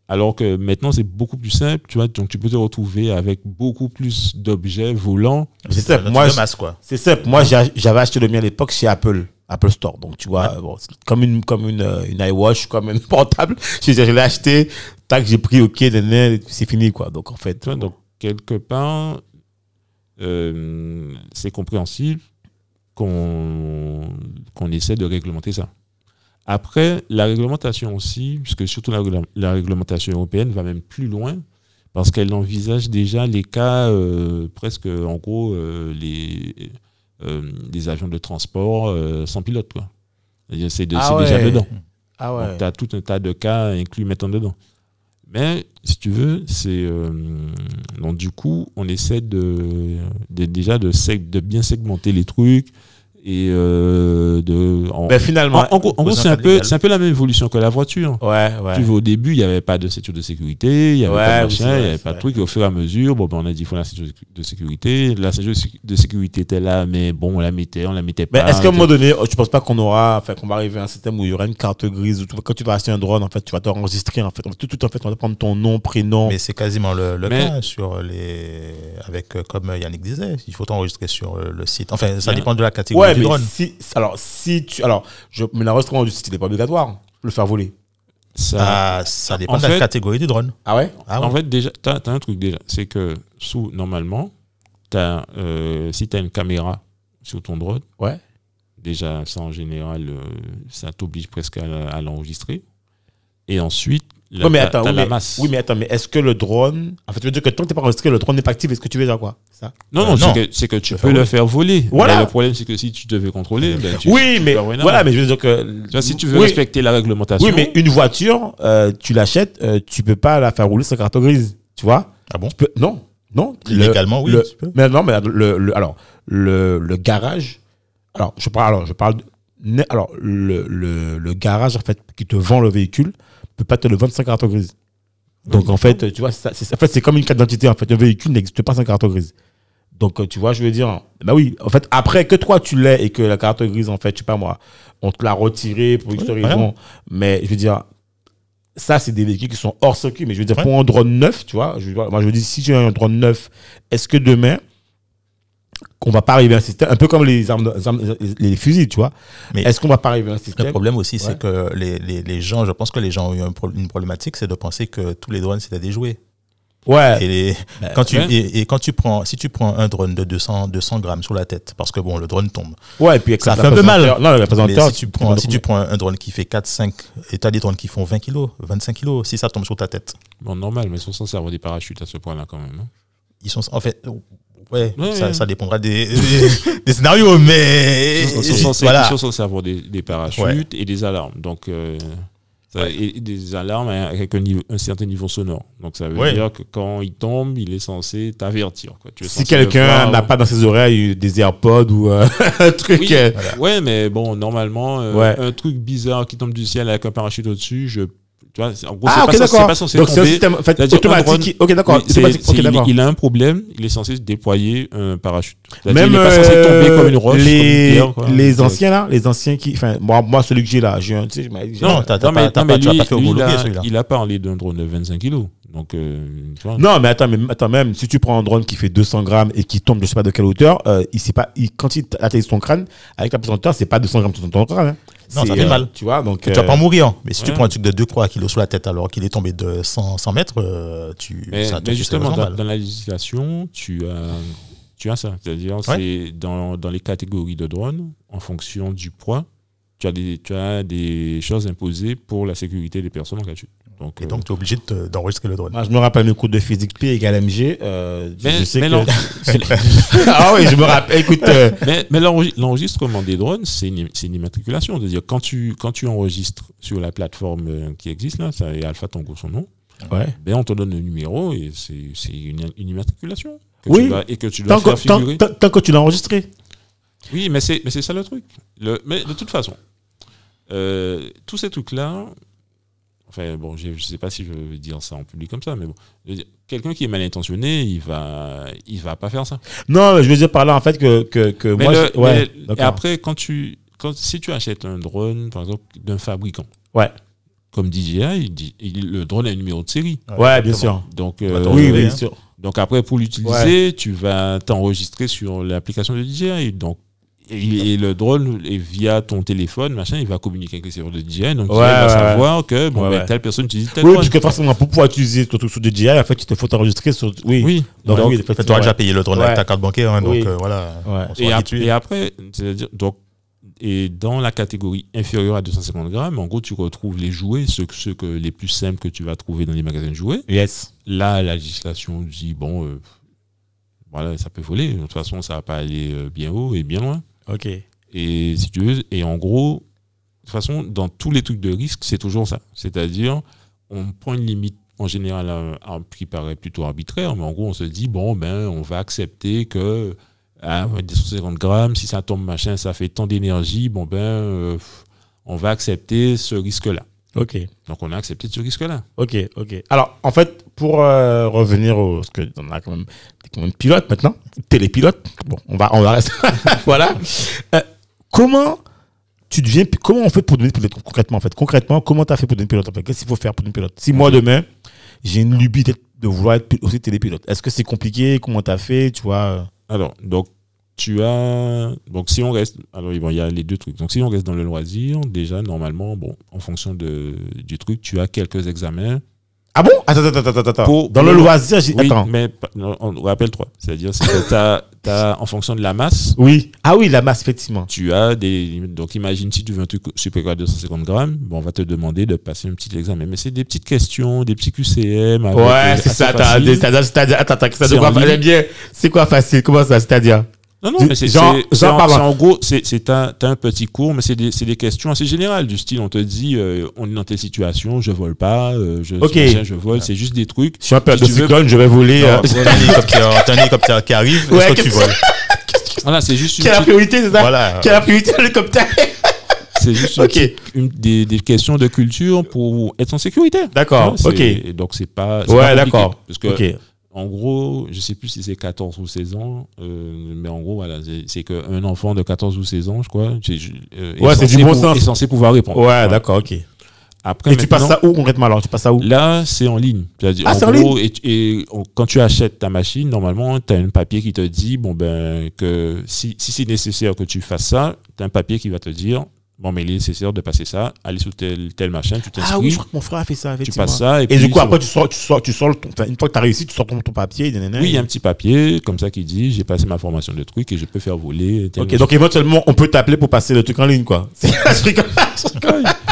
[SPEAKER 3] alors que maintenant c'est beaucoup plus simple tu vois donc tu peux te retrouver avec beaucoup plus d'objets volants
[SPEAKER 1] C'est simple. Moi, je-
[SPEAKER 2] masse, quoi.
[SPEAKER 1] c'est simple. Moi, j'a- j'avais acheté le mien à l'époque chez Apple. Apple Store. Donc, tu vois, euh, bon, c'est comme une, comme une, euh, une iWatch, comme un portable. Je, je l'ai acheté. Tac, j'ai pris. Ok, nanana, c'est fini, quoi. Donc, en fait.
[SPEAKER 3] tu vois hein. donc quelque part euh, c'est compréhensible qu'on qu'on essaie de réglementer ça après la réglementation aussi puisque surtout la, régla- la réglementation européenne va même plus loin parce qu'elle envisage déjà les cas euh, presque en gros euh, les euh, les avions de transport euh, sans pilote quoi C'est-à-dire, c'est de-
[SPEAKER 1] Ah
[SPEAKER 3] c'est déjà
[SPEAKER 1] ouais.
[SPEAKER 3] dedans
[SPEAKER 1] Ah ouais.
[SPEAKER 3] tu as tout un tas de cas inclus maintenant dedans. Mais si tu veux, c'est. euh, donc, du coup, on essaie de, de- déjà de, seg- de bien segmenter les trucs et euh, de. En,
[SPEAKER 1] Ben, finalement.
[SPEAKER 3] en- en gros, en gros, c'est un, peu- c'est un peu la même évolution que la voiture.
[SPEAKER 1] Ouais, ouais.
[SPEAKER 3] Tu vois, au début, il n'y avait pas de ceinture de sécurité, il n'y avait
[SPEAKER 1] Ouais,
[SPEAKER 3] pas de
[SPEAKER 1] oui, c'est
[SPEAKER 3] machin, il n'y
[SPEAKER 1] vrai,
[SPEAKER 3] avait
[SPEAKER 1] c'est
[SPEAKER 3] pas de
[SPEAKER 1] vrai.
[SPEAKER 3] truc. Et au fur et à mesure, bon, ben, on a dit il faut la ceinture de sécurité. La ceinture de sécu- de sécurité était là, mais bon, on la mettait, on la mettait
[SPEAKER 1] Mais
[SPEAKER 3] pas.
[SPEAKER 1] Ben, est-ce qu'à un moment donné, tu penses pas qu'on aura, enfin, qu'on va arriver à un système où il y aura une carte grise où tu- quand tu vas acheter un drone, en fait, tu vas t'enregistrer, en fait, tout, tout en fait, on va prendre ton nom, prénom.
[SPEAKER 2] Mais c'est quasiment le, le
[SPEAKER 3] Mais-
[SPEAKER 2] cas sur les. Avec, euh, comme Yannick disait, il faut t'enregistrer sur euh, le site. Enfin, ça
[SPEAKER 3] Bien.
[SPEAKER 2] dépend de la catégorie
[SPEAKER 1] ouais,
[SPEAKER 2] du
[SPEAKER 1] mais
[SPEAKER 2] drone.
[SPEAKER 1] si, alors si tu, alors, je, mais l'enregistrement du site il n'est pas obligatoire, le faire voler.
[SPEAKER 3] ça,
[SPEAKER 2] Ah, ça dépend
[SPEAKER 3] En
[SPEAKER 2] de la
[SPEAKER 3] fait-
[SPEAKER 2] catégorie du drone.
[SPEAKER 1] Ah ouais.
[SPEAKER 2] Ah,
[SPEAKER 3] En
[SPEAKER 2] ouais.
[SPEAKER 3] fait, déjà, tu as, un truc déjà. C'est que sous, normalement, t'as, euh, si tu as une caméra sur ton drone,
[SPEAKER 1] Ouais.
[SPEAKER 3] déjà, ça en général, euh, ça t'oblige presque à, à l'enregistrer. Et ensuite, là,
[SPEAKER 1] Ouais, mais
[SPEAKER 3] t'as-
[SPEAKER 1] attends,
[SPEAKER 3] t'as
[SPEAKER 1] oui,
[SPEAKER 3] la
[SPEAKER 1] mais,
[SPEAKER 3] masse.
[SPEAKER 1] oui, mais attends, mais est-ce que le drone, en fait, tu veux dire que tant que t'es pas enregistré, le drone n'est pas actif, est-ce que tu veux dire quoi ça
[SPEAKER 3] Non, non,
[SPEAKER 2] Euh, non.
[SPEAKER 3] c'est que, c'est que tu
[SPEAKER 1] Le
[SPEAKER 3] peux
[SPEAKER 1] faire
[SPEAKER 3] le faire voler.
[SPEAKER 1] Bah, Voilà.
[SPEAKER 3] Mais le problème, c'est que si tu devais contrôler, ben, tu-
[SPEAKER 1] Oui, mais
[SPEAKER 3] peux avoir une
[SPEAKER 1] voilà,
[SPEAKER 3] arme.
[SPEAKER 1] mais je veux dire que.
[SPEAKER 3] tu vois, si tu veux
[SPEAKER 1] oui,
[SPEAKER 3] respecter la réglementation,
[SPEAKER 1] Oui, mais une voiture, euh, tu l'achètes, euh, tu peux pas la faire rouler sans carte grise, tu vois
[SPEAKER 2] Ah bon
[SPEAKER 1] Tu peux- Non, non. le-
[SPEAKER 2] Légalement, oui.
[SPEAKER 1] le-
[SPEAKER 2] tu peux.
[SPEAKER 1] Mais non, mais le, le- alors, le, le garage. Alors, je parle, alors, je parle de- ne- alors, le, le, le garage, en fait, qui te vend le véhicule, peut pas te le vendre sans carte grise. Donc en fait, tu vois, ça- c'est en fait, c'est comme une carte d'identité. En fait, un véhicule n'existe pas sans carte grise. Donc euh, tu vois, je veux dire, bah oui, en fait, après que toi tu l'aies et que la carte grise, en fait, je sais pas moi, on te l'a retirée pour X
[SPEAKER 2] Ouais,
[SPEAKER 1] raison, mais je veux dire, ça c'est des véhicules qui sont hors circuit. Mais je veux dire,
[SPEAKER 2] Ouais.
[SPEAKER 1] pour un drone neuf, tu vois, je, veux dire, moi je me dis, si j'ai un drone neuf, est-ce que demain qu'on va pas arriver à un système, un peu comme les armes, les armes- les fusils, tu vois,
[SPEAKER 2] Mais-
[SPEAKER 1] est-ce qu'on va pas arriver à un
[SPEAKER 2] Le
[SPEAKER 1] système
[SPEAKER 2] problème aussi,
[SPEAKER 1] Ouais.
[SPEAKER 2] c'est que les, les, les gens, je pense que les gens ont eu un pro- une problématique, c'est de penser que tous les drones, c'était des jouets.
[SPEAKER 1] Ouais,
[SPEAKER 2] Et, les- quand tu,
[SPEAKER 3] ouais.
[SPEAKER 2] et, et quand tu prends, si tu prends un drone de 200, 200 grammes sur la tête, parce que bon, le drone tombe.
[SPEAKER 1] ouais, et puis avec
[SPEAKER 2] Ça
[SPEAKER 1] le
[SPEAKER 2] fait un peu mal.
[SPEAKER 1] présentateur- Non, le
[SPEAKER 2] Mais
[SPEAKER 1] présentateur,
[SPEAKER 2] si tu prends, si tu prends un drone qui fait 4, 5, et tu as des drones qui font 20 kilos, 25 kilos, si ça tombe sur ta tête,
[SPEAKER 3] Bon, normal, mais ils sont censés avoir des parachutes à ce point-là quand même. hein.
[SPEAKER 2] ils sont. En fait, ouais,
[SPEAKER 3] Ouais,
[SPEAKER 2] ça,
[SPEAKER 3] ouais.
[SPEAKER 2] ça dépendra des, des, des scénarios, mais.
[SPEAKER 3] Ils sont, ils sont censés, ils
[SPEAKER 2] voilà.
[SPEAKER 3] sont censés avoir des, des parachutes
[SPEAKER 2] Ouais.
[SPEAKER 3] et des alarmes. Donc, euh, ça- et- et des alarmes hein, avec un, niveau- un certain niveau sonore. Donc, ça veut
[SPEAKER 2] Ouais.
[SPEAKER 3] dire que quand il tombe, il est censé t'avertir. quoi. Tu es
[SPEAKER 1] Si
[SPEAKER 3] censé le
[SPEAKER 1] quelqu'un
[SPEAKER 3] voir,
[SPEAKER 1] n'a
[SPEAKER 3] ouais.
[SPEAKER 1] pas dans ses oreilles des AirPods ou euh, un truc.
[SPEAKER 3] Oui.
[SPEAKER 1] euh,
[SPEAKER 3] Ouais, mais bon, normalement, euh,
[SPEAKER 1] Ouais.
[SPEAKER 3] un truc bizarre qui tombe du ciel avec un parachute au-dessus, je. Tu vois, c'est- en gros,
[SPEAKER 1] Ah, ok,
[SPEAKER 3] c'est pas, censé- c'est
[SPEAKER 1] d'accord.
[SPEAKER 3] pas censé
[SPEAKER 1] Donc c'est un
[SPEAKER 3] tomber.
[SPEAKER 1] système en fait,
[SPEAKER 3] C'est-à-dire un drone-
[SPEAKER 1] automatique. qui- Ok, d'accord.
[SPEAKER 3] Oui, c'est-
[SPEAKER 1] automatique,
[SPEAKER 3] c'est-
[SPEAKER 1] ok,
[SPEAKER 3] il,
[SPEAKER 1] d'accord.
[SPEAKER 3] il a un problème, il est censé déployer un parachute. C'est-à-dire,
[SPEAKER 1] Même
[SPEAKER 3] il est pas censé
[SPEAKER 1] euh,
[SPEAKER 3] tomber comme une roche. comme une
[SPEAKER 1] les,
[SPEAKER 3] pierre, quoi.
[SPEAKER 1] les
[SPEAKER 3] Donc, euh,
[SPEAKER 1] anciens là, les anciens qui. Enfin, moi, moi celui que j'ai là, j'ai un. Tu sais, je m'avais- j'ai-
[SPEAKER 2] Non, t'as- t'as pas- t'as pas- tu vas pas faire
[SPEAKER 3] lui, il,
[SPEAKER 2] homologuer,
[SPEAKER 3] a,
[SPEAKER 2] celui-là.
[SPEAKER 3] il a parlé d'un drone de 25 kilos. Donc, euh, tu vois.
[SPEAKER 1] Non, mais attends, mais attends, même si tu prends un drone qui fait 200 grammes et qui tombe, je sais pas de quelle hauteur, euh, il sait pas, il, quand il atterrit sur ton crâne, avec la présenteur, c'est pas 200 grammes sur ton crâne. hein.
[SPEAKER 2] Non, ça
[SPEAKER 1] C'est,
[SPEAKER 2] fait
[SPEAKER 1] euh,
[SPEAKER 2] mal.
[SPEAKER 1] Tu vois, donc.
[SPEAKER 2] Tu vas
[SPEAKER 1] euh,
[SPEAKER 2] pas mourir. hein. Mais si tu
[SPEAKER 3] ouais.
[SPEAKER 2] prends un truc de 2-3 kilos sur la tête alors qu'il est tombé de 100, 100 mètres, euh, tu.
[SPEAKER 3] Mais,
[SPEAKER 2] ça-
[SPEAKER 3] mais
[SPEAKER 2] tu- c'est
[SPEAKER 3] justement, dans,
[SPEAKER 2] normal.
[SPEAKER 3] dans la législation, tu as, tu as ça. C'est-à-dire, c'est dans, dans les catégories de drones, en fonction du poids, tu as des, tu as des choses imposées pour la sécurité des personnes en cas de chute. Donc,
[SPEAKER 2] Et
[SPEAKER 3] euh,
[SPEAKER 2] donc, tu es obligé de te- d'enregistrer le drone.
[SPEAKER 1] Moi, je me rappelle mes cours de physique P égale MG. euh, je-
[SPEAKER 3] mais,
[SPEAKER 1] je sais
[SPEAKER 3] mais
[SPEAKER 1] que-
[SPEAKER 3] l'en-
[SPEAKER 1] ah oui, je me rappelle. Écoute, euh,
[SPEAKER 3] mais- mais l'enregi- l'enregistrement des drones, c'est une, c'est une immatriculation. C'est-à-dire, quand tu, quand tu enregistres sur la plateforme euh, qui existe, là, ça est Alpha Tango son nom,
[SPEAKER 1] ouais.
[SPEAKER 3] ben, on te donne le numéro et c'est c'est une, une immatriculation. que
[SPEAKER 1] Oui.
[SPEAKER 3] tu dois- et que tu dois
[SPEAKER 1] tant, que,
[SPEAKER 3] faire figurer.
[SPEAKER 1] tant, tant- tant que tu l'as enregistré.
[SPEAKER 3] Oui, mais c'est, mais c'est ça le truc. Le, mais de toute façon, euh, tous ces trucs-là, enfin bon, je ne sais pas si je veux dire ça en public comme ça, mais bon, je veux dire, quelqu'un qui est mal intentionné, il va, il va pas faire ça.
[SPEAKER 1] Non, mais je veux dire par là en fait que, que, que
[SPEAKER 3] Mais
[SPEAKER 1] moi.
[SPEAKER 3] le-
[SPEAKER 1] je- ouais,
[SPEAKER 3] mais- et
[SPEAKER 1] d'accord.
[SPEAKER 3] après, quand tu, quand, si tu achètes un drone, par exemple, d'un fabricant,
[SPEAKER 1] Ouais.
[SPEAKER 3] comme DJI, il dit- il- le drone a un numéro de série.
[SPEAKER 1] ouais, bien sûr.
[SPEAKER 3] Donc,
[SPEAKER 2] va
[SPEAKER 3] euh,
[SPEAKER 2] t'en
[SPEAKER 1] Bah, Oui,
[SPEAKER 2] Ouais,
[SPEAKER 1] oui,
[SPEAKER 2] hein.
[SPEAKER 1] sûr.
[SPEAKER 3] donc après, pour l'utiliser, tu vas t'enregistrer sur l'application de DJI. Donc, et, et le drone, et via ton téléphone, machin, il va communiquer avec les serveurs de DJI. Donc,
[SPEAKER 1] Ouais,
[SPEAKER 3] il va
[SPEAKER 1] ouais,
[SPEAKER 3] savoir que bon,
[SPEAKER 1] Ouais,
[SPEAKER 3] ben,
[SPEAKER 1] ouais.
[SPEAKER 3] telle personne utilise tel
[SPEAKER 1] Oui,
[SPEAKER 3] drone.
[SPEAKER 1] parce que forcément, pour pouvoir utiliser ton truc sur DJI, en fait, il te faut t'enregistrer sur. Oui.
[SPEAKER 3] Oui.
[SPEAKER 1] Donc, oui,
[SPEAKER 3] Donc,
[SPEAKER 2] En fait,
[SPEAKER 1] effectivement,
[SPEAKER 2] tu auras
[SPEAKER 1] ouais.
[SPEAKER 2] déjà payé le drone
[SPEAKER 1] Ouais.
[SPEAKER 2] avec ta carte bancaire, hein, donc
[SPEAKER 1] Oui.
[SPEAKER 2] euh, voilà.
[SPEAKER 1] Ouais.
[SPEAKER 2] On s'en
[SPEAKER 3] et, ap-
[SPEAKER 2] habitue.
[SPEAKER 3] et après, c'est-à-dire, donc, et dans la catégorie inférieure à 250 grammes, en gros, tu retrouves les jouets, ceux, que- ceux que les plus simples que tu vas trouver dans les magasins de jouets.
[SPEAKER 1] Yes.
[SPEAKER 3] Là, la législation dit, bon, euh, voilà, ça peut voler. De toute façon, ça va pas aller euh, bien haut et bien loin.
[SPEAKER 1] Ok.
[SPEAKER 3] Et si tu veux, et en gros, de toute façon, dans tous les trucs de risque, c'est toujours ça. C'est-à-dire, on prend une limite en général euh, ar- qui paraît plutôt arbitraire, mais en gros, on se dit, bon, ben, on va accepter que ah, à 250 grammes, si ça tombe, machin, ça fait tant d'énergie, bon, ben, euh, pff, on va accepter ce risque-là.
[SPEAKER 1] Ok.
[SPEAKER 3] Donc, on a accepté ce risque-là.
[SPEAKER 1] Ok. Ok. Alors, en fait, pour euh, revenir au. Parce que on a quand même, t'es quand même pilote maintenant, télépilote. Bon, on va, on va rester. voilà. Euh, comment. Tu deviens, comment on fait pour devenir pilote concrètement en fait Concrètement, comment tu as fait pour devenir pilote en fait Qu'est-ce qu'il faut faire pour devenir pilote Si moi demain, j'ai une lubie peut-être de vouloir être pi- aussi télépilote, est-ce que c'est compliqué Comment tu as fait Tu vois euh,
[SPEAKER 3] Alors, donc, tu as. Donc, si on reste. Alors, bon, il y a les deux trucs. Donc, si on reste dans le loisir, déjà, normalement, bon, en fonction de, du truc, tu as quelques examens.
[SPEAKER 1] Ah bon Attends, attends, attends, attends. attends.
[SPEAKER 3] Pour-
[SPEAKER 1] Dans
[SPEAKER 3] pour
[SPEAKER 1] le
[SPEAKER 3] le-
[SPEAKER 1] loisir, j'ai.
[SPEAKER 3] Oui,
[SPEAKER 1] Attends.
[SPEAKER 3] mais pa- non, on rappelle toi. C'est-à-dire, c'est que tu as, en fonction de la masse,
[SPEAKER 1] Oui. Ah oui, la masse, effectivement.
[SPEAKER 3] tu as des. Donc, imagine si tu veux un truc supérieur à 250 grammes, bon, on va te demander de passer un petit examen. Mais c'est des petites questions, des petits QCM. avec, euh,
[SPEAKER 1] Ouais, Ah, c'est
[SPEAKER 3] assez
[SPEAKER 1] ça. Attends,
[SPEAKER 3] facile.
[SPEAKER 1] c'est-à-dire, c'est-à-dire- attends, attends, c'est-à-dire
[SPEAKER 3] C'est
[SPEAKER 1] quoi
[SPEAKER 3] en ligne.
[SPEAKER 1] j'aime bien. C'est quoi facile Comment ça C'est-à-dire
[SPEAKER 3] Non, non,
[SPEAKER 1] Du-
[SPEAKER 3] mais c'est
[SPEAKER 1] genre-
[SPEAKER 3] c'est- c'est
[SPEAKER 1] genre,
[SPEAKER 3] en,
[SPEAKER 1] pardon.
[SPEAKER 3] c'est en gros, c'est c'est un, t'as un petit cours, mais c'est des, c'est des questions assez générales, du style, on te dit, euh, on est dans telle situation, je vole pas, euh, je,
[SPEAKER 1] Ok.
[SPEAKER 3] machin, je vole, c'est juste des trucs.
[SPEAKER 1] Je suis un peu
[SPEAKER 3] Si
[SPEAKER 1] de
[SPEAKER 3] tu veux-
[SPEAKER 1] cyclone, je vais voler. euh,
[SPEAKER 2] Non, T'as un hélicoptère- t'as un hélicoptère qui arrive,
[SPEAKER 1] Ouais,
[SPEAKER 2] est-ce que tu
[SPEAKER 1] qu'est-ce-
[SPEAKER 2] voles
[SPEAKER 3] Voilà, c'est juste une
[SPEAKER 1] Quelle est la
[SPEAKER 3] petite-
[SPEAKER 1] priorité, c'est ça
[SPEAKER 2] Voilà.
[SPEAKER 1] Quelle est la priorité, l'hélicoptère
[SPEAKER 3] C'est juste une
[SPEAKER 1] Ok.
[SPEAKER 3] petite- une- des, des questions de culture pour être en sécurité.
[SPEAKER 1] D'accord,
[SPEAKER 3] Tu vois,
[SPEAKER 1] ok.
[SPEAKER 3] c'est- Donc c'est pas. c'est
[SPEAKER 1] Ouais,
[SPEAKER 3] pas compliqué.
[SPEAKER 1] d'accord.
[SPEAKER 3] Parce que
[SPEAKER 1] Ok.
[SPEAKER 3] en gros, je sais plus si c'est 14 ou 16 ans, euh, mais en gros, voilà, c'est- c'est qu'un enfant de 14 ou 16 ans, je crois, j'ai- je- euh,
[SPEAKER 1] Ouais, c'est
[SPEAKER 3] censé
[SPEAKER 1] du bon
[SPEAKER 3] pour-
[SPEAKER 1] sens.
[SPEAKER 3] est censé pouvoir répondre. Voilà.
[SPEAKER 1] Ouais, d'accord, ok. Et
[SPEAKER 3] Après,
[SPEAKER 1] tu passes
[SPEAKER 3] maintenant,
[SPEAKER 1] ça où concrètement alors Tu passes ça où
[SPEAKER 3] Là, c'est en ligne. C'est-à-dire,
[SPEAKER 1] Ah,
[SPEAKER 3] en
[SPEAKER 1] c'est en
[SPEAKER 3] gros, et, et on- quand tu achètes ta machine, normalement, tu as un papier qui te dit bon, ben, que si, si c'est nécessaire que tu fasses ça, tu as un papier qui va te dire bon, mais il est nécessaire de passer ça, aller sur tel, tel machin, tu t'inscris,
[SPEAKER 1] Ah oui, je crois que mon frère a fait ça avec
[SPEAKER 3] tu passes ça. Et,
[SPEAKER 1] Et
[SPEAKER 3] puis,
[SPEAKER 1] du coup,
[SPEAKER 3] c'est
[SPEAKER 1] après,
[SPEAKER 3] bon.
[SPEAKER 1] tu sors, tu sors, tu sors ton, enfin, une fois que t'as réussi, tu sors ton, ton papier. et nanana.
[SPEAKER 3] Oui, il y a un petit papier comme ça qui dit j'ai passé ma formation de truc et je peux faire voler. tel
[SPEAKER 1] Ok, donc éventuellement, on peut t'appeler pour passer le truc en ligne, quoi. C'est- je rigole.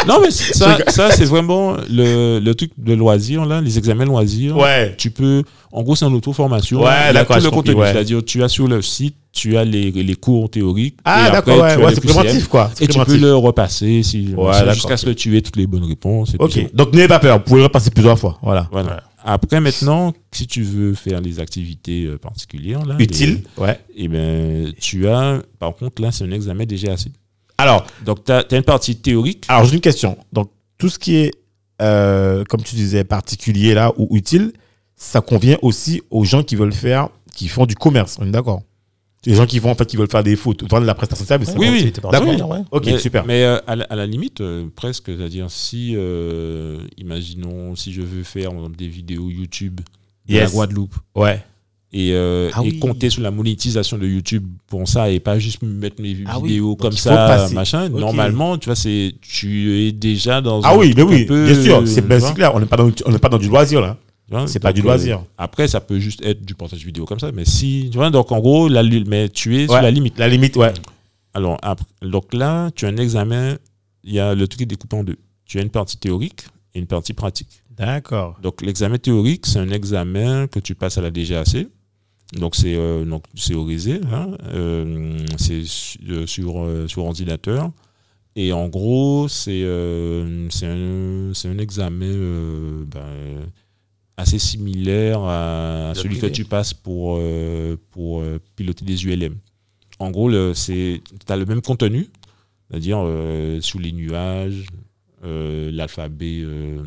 [SPEAKER 3] Non, mais c'est- ça, ça c'est vraiment le, le truc de loisir, là, les examens loisirs.
[SPEAKER 1] ouais.
[SPEAKER 3] Tu peux, en gros, c'est en auto-formation.
[SPEAKER 1] Ouais,
[SPEAKER 3] Il y a
[SPEAKER 1] d'accord,
[SPEAKER 3] tout
[SPEAKER 1] j'ai
[SPEAKER 3] le
[SPEAKER 1] compris,
[SPEAKER 3] contenu,
[SPEAKER 1] ouais.
[SPEAKER 3] c'est-à-dire, tu as sur le site, tu as les, les cours théoriques.
[SPEAKER 1] Ah,
[SPEAKER 3] et après,
[SPEAKER 1] d'accord, ouais,
[SPEAKER 3] tu as
[SPEAKER 1] ouais,
[SPEAKER 3] les
[SPEAKER 1] c'est
[SPEAKER 3] QCM.
[SPEAKER 1] préventif, quoi. C'est
[SPEAKER 3] Et tu peux
[SPEAKER 1] préventif.
[SPEAKER 3] le repasser si,
[SPEAKER 1] Ouais, d'accord.
[SPEAKER 3] jusqu'à ce que tu aies toutes les bonnes réponses. et puis c'est
[SPEAKER 1] Ok,
[SPEAKER 3] bon.
[SPEAKER 1] donc n'ayez pas peur, vous pouvez le passer plusieurs fois. Voilà.
[SPEAKER 3] Voilà. Après, maintenant, si tu veux faire les activités euh, particulières, là,
[SPEAKER 1] Utile. Ouais.
[SPEAKER 3] les- eh ben, tu as, par contre, là, c'est un examen déjà assez.
[SPEAKER 1] Alors,
[SPEAKER 3] Donc, tu as, une partie théorique.
[SPEAKER 1] alors j'ai une question. Donc, tout ce qui est, euh, comme tu disais, particulier là ou utile, ça convient aussi aux gens qui veulent faire, qui font du commerce. On est d'accord Les gens qui font, en fait, qui veulent faire des fautes, vendre la prestation de service.
[SPEAKER 3] Oui, oui.
[SPEAKER 1] D'accord.
[SPEAKER 2] D'accord. Ouais.
[SPEAKER 1] Ok,
[SPEAKER 3] mais,
[SPEAKER 1] super.
[SPEAKER 3] Mais euh, à, la, à la limite, euh, presque, c'est-à-dire si, euh, imaginons, si je veux faire par exemple, des vidéos YouTube de la
[SPEAKER 1] Yes.
[SPEAKER 3] Guadeloupe
[SPEAKER 1] Ouais.
[SPEAKER 3] et, euh,
[SPEAKER 1] Ah
[SPEAKER 3] et
[SPEAKER 1] oui.
[SPEAKER 3] compter sur la monétisation de YouTube pour ça et pas juste mettre mes
[SPEAKER 1] Ah oui.
[SPEAKER 3] vidéos
[SPEAKER 1] Donc,
[SPEAKER 3] comme
[SPEAKER 1] il faut
[SPEAKER 3] ça,
[SPEAKER 1] passer.
[SPEAKER 3] machin.
[SPEAKER 1] Ok.
[SPEAKER 3] Normalement, tu vois, c'est tu es déjà dans
[SPEAKER 1] Ah
[SPEAKER 3] un
[SPEAKER 1] oui, mais
[SPEAKER 3] truc un
[SPEAKER 1] oui,
[SPEAKER 3] peu,
[SPEAKER 1] bien
[SPEAKER 3] euh,
[SPEAKER 1] sûr, c'est
[SPEAKER 3] tu
[SPEAKER 1] bien
[SPEAKER 3] vois,
[SPEAKER 1] c'est clair, on n'est pas, dans- on n'est pas dans du loisir là.
[SPEAKER 3] tu vois.
[SPEAKER 1] c'est pas
[SPEAKER 3] Donc, euh,
[SPEAKER 1] du loisir.
[SPEAKER 3] après, ça peut juste être du portage vidéo comme ça, mais si, tu vois, donc en gros, la, lu- mais tu es
[SPEAKER 1] Ouais.
[SPEAKER 3] sur la limite.
[SPEAKER 1] La limite, ouais.
[SPEAKER 3] Alors, après- donc là, tu as un examen, il y a le truc est découpé en deux. Tu as une partie théorique et une partie pratique.
[SPEAKER 1] D'accord.
[SPEAKER 3] Donc, l'examen théorique, c'est un examen que tu passes à la DGAC. Donc, c'est euh, donc, c'est horisé, hein, euh, c'est su- euh, sur, euh, sur ordinateur. Et en gros, c'est euh, c'est un, c'est un examen euh, ben, assez similaire à
[SPEAKER 2] De
[SPEAKER 3] celui que
[SPEAKER 2] privé.
[SPEAKER 3] tu passes pour, euh, pour euh, piloter des ULM. En gros, tu as le même contenu, c'est-à-dire euh, sous les nuages, euh, l'alphabet euh,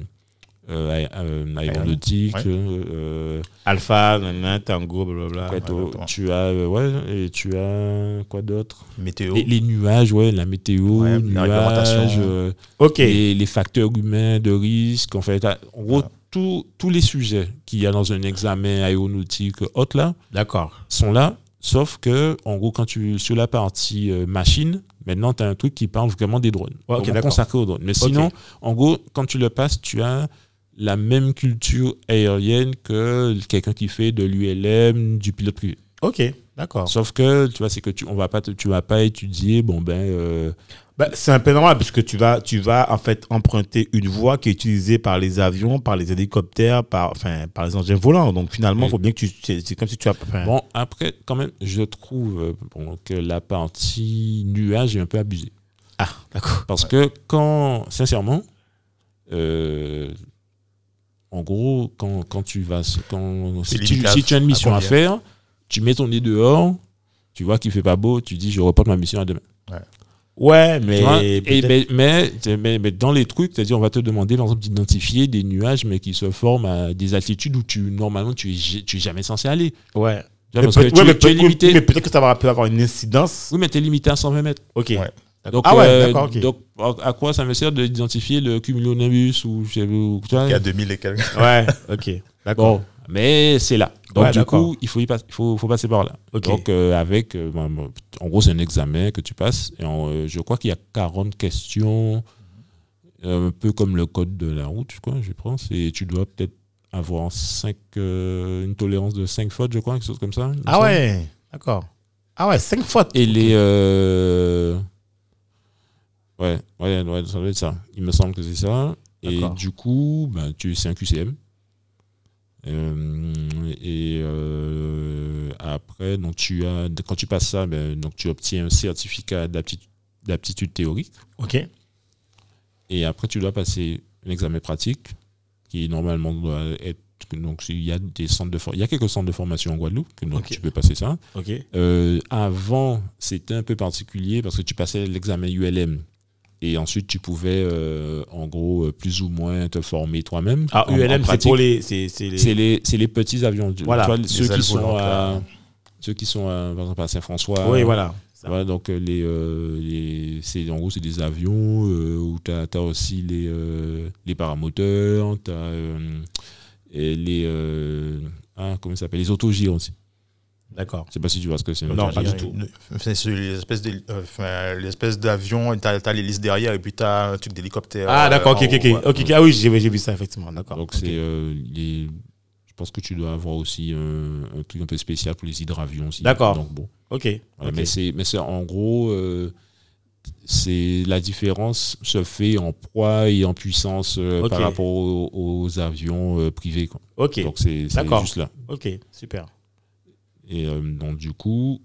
[SPEAKER 3] euh, aé- euh, aéronautique,
[SPEAKER 2] Ouais. Ah,
[SPEAKER 3] euh,
[SPEAKER 1] Alpha, nanana, tango, blablabla.
[SPEAKER 3] après, t'as-
[SPEAKER 2] exactement.
[SPEAKER 3] tu as, euh, ouais, et tu as quoi d'autre
[SPEAKER 2] Météo.
[SPEAKER 3] les, les nuages, ouais, la météo,
[SPEAKER 2] Ouais, la
[SPEAKER 3] nuages,
[SPEAKER 2] réglementation.
[SPEAKER 3] euh,
[SPEAKER 1] Ok.
[SPEAKER 3] les, les facteurs humains de risque, en fait, Ah, en gros,
[SPEAKER 2] Voilà.
[SPEAKER 3] tous- tous les sujets qu'il y a dans un examen aéronautique haute là,
[SPEAKER 1] D'accord.
[SPEAKER 3] sont là, sauf que, en gros, quand tu sur la partie euh, machine, maintenant, tu as un truc qui parle vraiment des drones,
[SPEAKER 1] Ouais, ok,
[SPEAKER 3] vraiment
[SPEAKER 1] d'accord.
[SPEAKER 3] consacré aux drones. Mais sinon, en gros, quand tu le passes, tu as la même culture aérienne que quelqu'un qui fait de l'ULM, du pilote privé.
[SPEAKER 1] Ok, d'accord.
[SPEAKER 3] Sauf que, tu vois, c'est que tu on va pas, te- tu vas pas étudier, bon ben, euh,
[SPEAKER 1] Bah, c'est un peu normal parce que tu vas, tu vas en fait emprunter une voie qui est utilisée par les avions, par les hélicoptères, par, enfin, par les engins volants. Donc finalement, il
[SPEAKER 3] Oui.
[SPEAKER 1] faut bien que tu. C'est c'est comme si tu as. enfin,
[SPEAKER 3] bon après, quand même, je trouve euh, bon, que la partie nuage est un peu abusée.
[SPEAKER 1] Ah, d'accord.
[SPEAKER 3] Parce que quand, sincèrement, euh, en gros, quand, quand tu vas, quand, si,
[SPEAKER 2] C'est
[SPEAKER 3] tu,
[SPEAKER 2] limite à-
[SPEAKER 3] si tu as une
[SPEAKER 2] à
[SPEAKER 3] mission à,
[SPEAKER 2] combien
[SPEAKER 3] faire, tu mets ton nez dehors, tu vois qu'il fait pas beau, tu dis je reporte ma mission à demain.
[SPEAKER 1] Ouais,
[SPEAKER 3] Tu vois
[SPEAKER 1] mais.
[SPEAKER 3] Et ben,
[SPEAKER 1] peut-être-
[SPEAKER 3] mais, mais, mais- mais dans les trucs, c'est-à-dire on va te demander par exemple d'identifier des nuages mais qui se forment à des altitudes où tu normalement tu es, ja- tu es jamais censé aller. Tu
[SPEAKER 1] ouais.
[SPEAKER 3] vois,
[SPEAKER 1] Mais
[SPEAKER 3] parce
[SPEAKER 1] peut-
[SPEAKER 3] que tu,
[SPEAKER 1] ouais, mais
[SPEAKER 3] tu es
[SPEAKER 1] peut-
[SPEAKER 3] limité.
[SPEAKER 1] mais peut-être que ça va peut avoir une incidence.
[SPEAKER 3] Oui, mais tu es limité à 120 mètres.
[SPEAKER 1] Ok.
[SPEAKER 2] Ouais.
[SPEAKER 3] Donc,
[SPEAKER 1] Ah ouais,
[SPEAKER 3] euh,
[SPEAKER 1] d'accord, ok.
[SPEAKER 3] donc à, à quoi ça me sert d'identifier le cumulonimbus ou je sais ou- tu vois,
[SPEAKER 2] Il y a 2000 et quelques.
[SPEAKER 1] Ouais, ok. D'accord.
[SPEAKER 3] Bon, mais c'est là. Donc
[SPEAKER 1] Ouais,
[SPEAKER 3] du
[SPEAKER 1] d'accord.
[SPEAKER 3] coup, il faut, y pas- il faut, faut passer par là.
[SPEAKER 1] Ok.
[SPEAKER 3] Donc euh, avec, euh, ben, ben, en gros, c'est un examen que tu passes. Et en, euh, je crois qu'il y a 40 questions, euh, un peu comme le code de la route, je crois, je pense. Et tu dois peut-être avoir cinq, euh, une tolérance de 5 fautes, je crois, quelque chose comme ça. il me
[SPEAKER 1] Ah
[SPEAKER 3] semble.
[SPEAKER 1] ouais, d'accord. Ah ouais, 5 fois.
[SPEAKER 3] Et les... euh, Ouais, ouais, ouais, ça doit être ça. Il me semble que c'est ça. Et
[SPEAKER 1] D'accord.
[SPEAKER 3] du coup, ben, tu, c'est un QCM. Euh, et euh, après, donc, tu as, quand tu passes ça, ben, donc, tu obtiens un certificat d'aptitude d'aptitude théorique.
[SPEAKER 1] Ok.
[SPEAKER 3] Et après, tu dois passer un examen pratique qui normalement doit être... Donc, il y a des centres de for- il y a quelques centres de formation en Guadeloupe, donc
[SPEAKER 1] Ok.
[SPEAKER 3] tu peux passer ça.
[SPEAKER 1] Ok.
[SPEAKER 3] Euh, avant, c'était un peu particulier parce que tu passais l'examen ULM Et ensuite, tu pouvais, euh, en gros, euh, plus ou moins te former toi-même.
[SPEAKER 1] Ah,
[SPEAKER 3] En- en
[SPEAKER 1] ULM, c'est
[SPEAKER 3] pratique.
[SPEAKER 1] pour les. C'est c'est les-
[SPEAKER 3] C'est les, c'est les petits avions. Tu
[SPEAKER 1] Voilà,
[SPEAKER 3] vois,
[SPEAKER 1] les
[SPEAKER 3] ceux,
[SPEAKER 2] ailes
[SPEAKER 3] qui sont
[SPEAKER 2] volantes,
[SPEAKER 3] à,
[SPEAKER 2] là.
[SPEAKER 3] ceux qui sont, à, par exemple, à Saint-François.
[SPEAKER 1] Oui, voilà. Ça.
[SPEAKER 3] Voilà, donc euh, les, euh, les- c'est, en gros, c'est des avions euh, où tu as aussi les, euh, les paramoteurs, tu as les, euh, ah, comment ça s'appelle, les autogires aussi.
[SPEAKER 1] D'accord.
[SPEAKER 3] Je sais pas si tu vois ce que c'est. une
[SPEAKER 1] Non,
[SPEAKER 3] autogire.
[SPEAKER 1] pas du tout.
[SPEAKER 2] C'est c'est l'espèce de- euh, enfin, l'espèce d'avion, t'as as les listes derrière et puis t'as un truc d'hélicoptère.
[SPEAKER 1] Ah, d'accord,
[SPEAKER 2] euh,
[SPEAKER 1] ok, ok,
[SPEAKER 2] en
[SPEAKER 1] ok.
[SPEAKER 2] haut, ouais.
[SPEAKER 1] Ok, ok. Ah oui, j'ai j'ai vu ça, effectivement. D'accord.
[SPEAKER 3] Donc
[SPEAKER 1] ok.
[SPEAKER 3] c'est, euh, les- je pense que tu dois avoir aussi euh, un, un truc un peu spécial pour les hydravions aussi.
[SPEAKER 1] D'accord.
[SPEAKER 3] Donc bon.
[SPEAKER 1] Ok.
[SPEAKER 3] Voilà,
[SPEAKER 1] ok.
[SPEAKER 3] Mais c'est, mais c'est en gros, euh, c'est la différence se fait en poids et en puissance euh,
[SPEAKER 1] Ok.
[SPEAKER 3] par rapport aux, aux avions euh, privés. quoi.
[SPEAKER 1] Ok,
[SPEAKER 3] Donc c'est, c'est
[SPEAKER 1] D'accord.
[SPEAKER 3] juste là.
[SPEAKER 1] ok, super.
[SPEAKER 3] Et euh, donc du coup,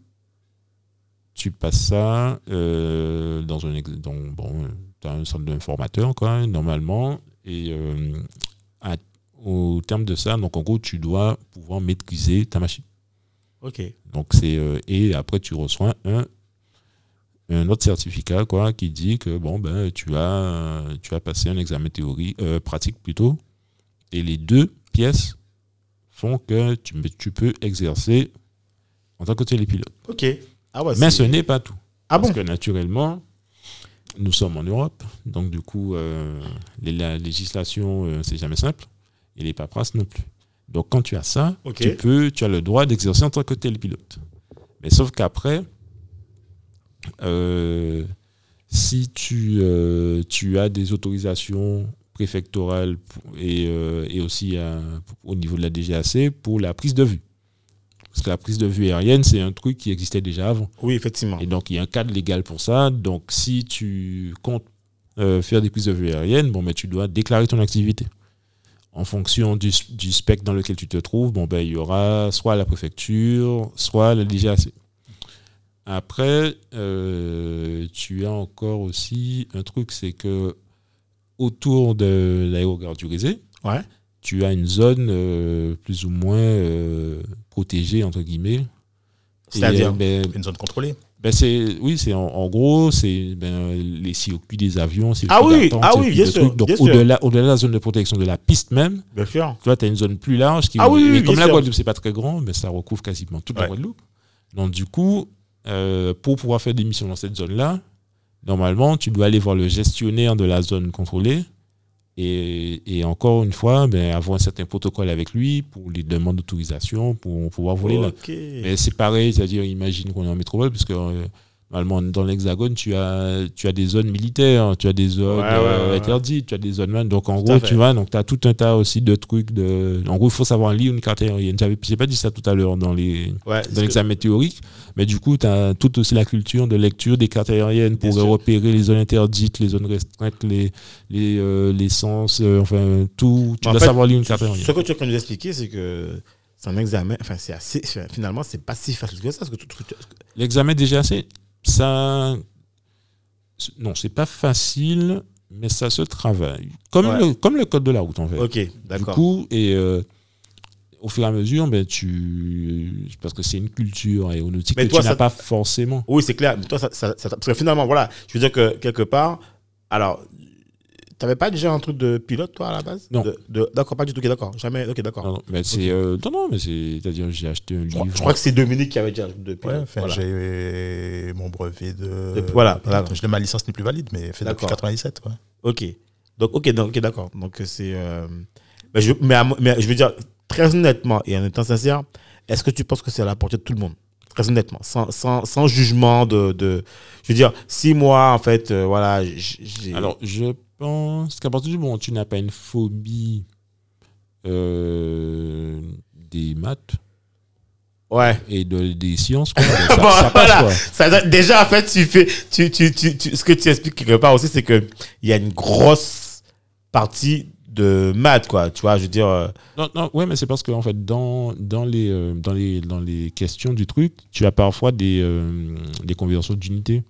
[SPEAKER 3] tu passes ça euh, dans un ex- dans, bon, as un centre d'un formateur quoi, normalement. Et euh, à- au terme de ça, donc en gros, tu dois pouvoir maîtriser ta machine.
[SPEAKER 1] Ok,
[SPEAKER 3] Donc c'est euh, et après tu reçois un un autre certificat quoi qui dit que bon ben tu as euh, tu as passé un examen théorie euh, pratique plutôt et les deux pièces font que tu, tu peux exercer en tant que télépilote.
[SPEAKER 1] ok. Ah ouais,
[SPEAKER 3] Mais
[SPEAKER 1] c'est-
[SPEAKER 3] ce n'est pas tout
[SPEAKER 1] Ah
[SPEAKER 3] parce
[SPEAKER 1] bon
[SPEAKER 3] que naturellement nous sommes en Europe donc du coup euh, les- la législation euh, c'est jamais simple et les paperasses non plus. Donc quand tu as ça
[SPEAKER 1] Ok.
[SPEAKER 3] tu peux, tu as le droit d'exercer en tant que télépilote. Mais sauf qu'après, euh, si tu, euh, tu as des autorisations préfectorales pour- et, euh, et aussi euh, au niveau de la DGAC pour la prise de vue. Parce que la prise de vue aérienne, c'est un truc qui existait déjà avant.
[SPEAKER 1] Oui, effectivement.
[SPEAKER 3] Et donc, il y a un cadre légal pour ça. Donc, si tu comptes euh, faire des prises de vue aériennes, bon, ben, tu dois déclarer ton activité. En fonction du, s- du spectre dans lequel tu te trouves, bon, ben, il y aura soit la préfecture, soit la DGAC. Après, euh, tu as encore aussi un truc, c'est que autour de l'aérogare du Rézé,
[SPEAKER 1] Ouais.
[SPEAKER 3] tu as une zone euh, plus ou moins euh, protégée, entre guillemets. Et,
[SPEAKER 1] C'est-à-dire
[SPEAKER 3] euh, ben,
[SPEAKER 2] Une zone contrôlée.
[SPEAKER 3] ben c'est oui, c'est en, en gros, c'est ben, les circuits des avions, c'est
[SPEAKER 1] Ah oui, ah oui, bien sûr,
[SPEAKER 3] Donc
[SPEAKER 1] bien sûr.
[SPEAKER 3] au-delà au-delà de la zone de protection de la piste même,
[SPEAKER 1] Bien sûr.
[SPEAKER 3] tu vois, tu as une zone plus large qui
[SPEAKER 1] Ah oui, oui, oui,
[SPEAKER 3] mais comme
[SPEAKER 1] bien
[SPEAKER 3] la
[SPEAKER 1] sûr.
[SPEAKER 3] Guadeloupe c'est pas très grand, mais ça recouvre quasiment toute la
[SPEAKER 2] Ouais.
[SPEAKER 3] Guadeloupe. Donc du coup, euh, pour pouvoir faire des missions dans cette zone-là, normalement, tu dois aller voir le gestionnaire de la zone contrôlée et, et encore une fois, ben, avoir un certain protocole avec lui pour les demandes d'autorisation pour pouvoir voler là.
[SPEAKER 1] Ok.
[SPEAKER 3] Mais c'est pareil, c'est-à-dire, imagine qu'on est en métropole, parce que euh, normalement, dans l'Hexagone, tu as, tu as des zones militaires, tu as des zones
[SPEAKER 1] Ouais, ouais,
[SPEAKER 3] euh,
[SPEAKER 1] ouais, ouais.
[SPEAKER 3] interdites, tu as des zones. man- Donc, en
[SPEAKER 1] Tout
[SPEAKER 3] gros,
[SPEAKER 1] à fait.
[SPEAKER 3] tu vois, donc tu as tout un tas aussi de trucs. De... En gros, il faut savoir lire une carte aérienne. J'avais- J'ai pas dit ça tout à l'heure dans les.
[SPEAKER 1] Ouais, parce
[SPEAKER 3] Dans
[SPEAKER 1] que-
[SPEAKER 3] l'examen théorique, mais du coup, tu as toute aussi la culture de lecture des cartes aériennes pour
[SPEAKER 1] Bien sûr.
[SPEAKER 3] repérer les zones interdites, les zones restreintes, les, les, euh, les sens, euh, enfin tout. Tu
[SPEAKER 1] Mais en
[SPEAKER 3] dois
[SPEAKER 1] fait,
[SPEAKER 3] savoir lire une carte aérienne.
[SPEAKER 1] Ce que tu es en train de nous expliquer, c'est que c'est un examen. Enfin, c'est assez. Finalement, c'est pas si facile que ça. Parce que tu- tu- tu-
[SPEAKER 3] L'examen DGAC, ça. c'est- Non, c'est pas facile, mais ça se travaille. Comme,
[SPEAKER 1] Ouais.
[SPEAKER 3] le, comme le code de la route, en fait.
[SPEAKER 1] Ok,
[SPEAKER 3] du
[SPEAKER 1] d'accord.
[SPEAKER 3] coup, et euh, au fur et à mesure, ben, tu. Parce que c'est une culture aéronautique
[SPEAKER 1] Mais
[SPEAKER 3] que
[SPEAKER 1] toi,
[SPEAKER 3] tu n'as
[SPEAKER 1] ça-
[SPEAKER 3] pas forcément.
[SPEAKER 1] Oui, c'est clair. Mais toi, ça, ça- ça- parce que finalement, voilà, je veux dire que quelque part, alors, t'avais pas déjà un truc de pilote, toi, à la base
[SPEAKER 3] Non.
[SPEAKER 1] De- de- D'accord, pas du tout. Ok, d'accord. Jamais. Ok, d'accord.
[SPEAKER 3] Non, non, mais c'est. euh, non, non, mais c'est. C'est-à-dire, j'ai acheté un
[SPEAKER 1] Je crois,
[SPEAKER 3] livre.
[SPEAKER 1] je crois que c'est Dominique qui avait déjà un truc de
[SPEAKER 2] Ouais,
[SPEAKER 1] pilote.
[SPEAKER 2] enfin,
[SPEAKER 1] Voilà.
[SPEAKER 2] J'ai mon brevet de.
[SPEAKER 1] Et puis voilà, voilà.
[SPEAKER 2] Je, ma licence n'est plus valide, mais fait depuis
[SPEAKER 1] D'accord.
[SPEAKER 2] 97. ouais.
[SPEAKER 1] Ok. Donc, ok, donc, ok, d'accord. Donc, c'est. euh, Mais, je, mais, à mo- mais je veux dire, très honnêtement et en étant sincère, est-ce que tu penses que c'est à la portée de tout le monde Très honnêtement, sans, sans, sans jugement de, de. Je veux dire, si moi, en fait, euh, voilà, j- j'ai.
[SPEAKER 3] Alors, je pense qu'à partir du moment où tu n'as pas une phobie euh, des maths
[SPEAKER 1] Ouais.
[SPEAKER 3] et de, des sciences, quoi, ben, ça,
[SPEAKER 1] Bon,
[SPEAKER 3] ça passe,
[SPEAKER 1] voilà.
[SPEAKER 3] quoi.
[SPEAKER 1] Ça veut dire- déjà, en fait, tu fais. Tu, tu, tu, tu- ce que tu expliques quelque part aussi, c'est qu'il y a une grosse partie de maths, quoi. Tu vois, je veux dire. euh,
[SPEAKER 3] Non, non, ouais, mais c'est parce que en fait, dans, dans, les, euh, dans, les, dans les questions du truc, tu as parfois des, euh, des conversions d'unités.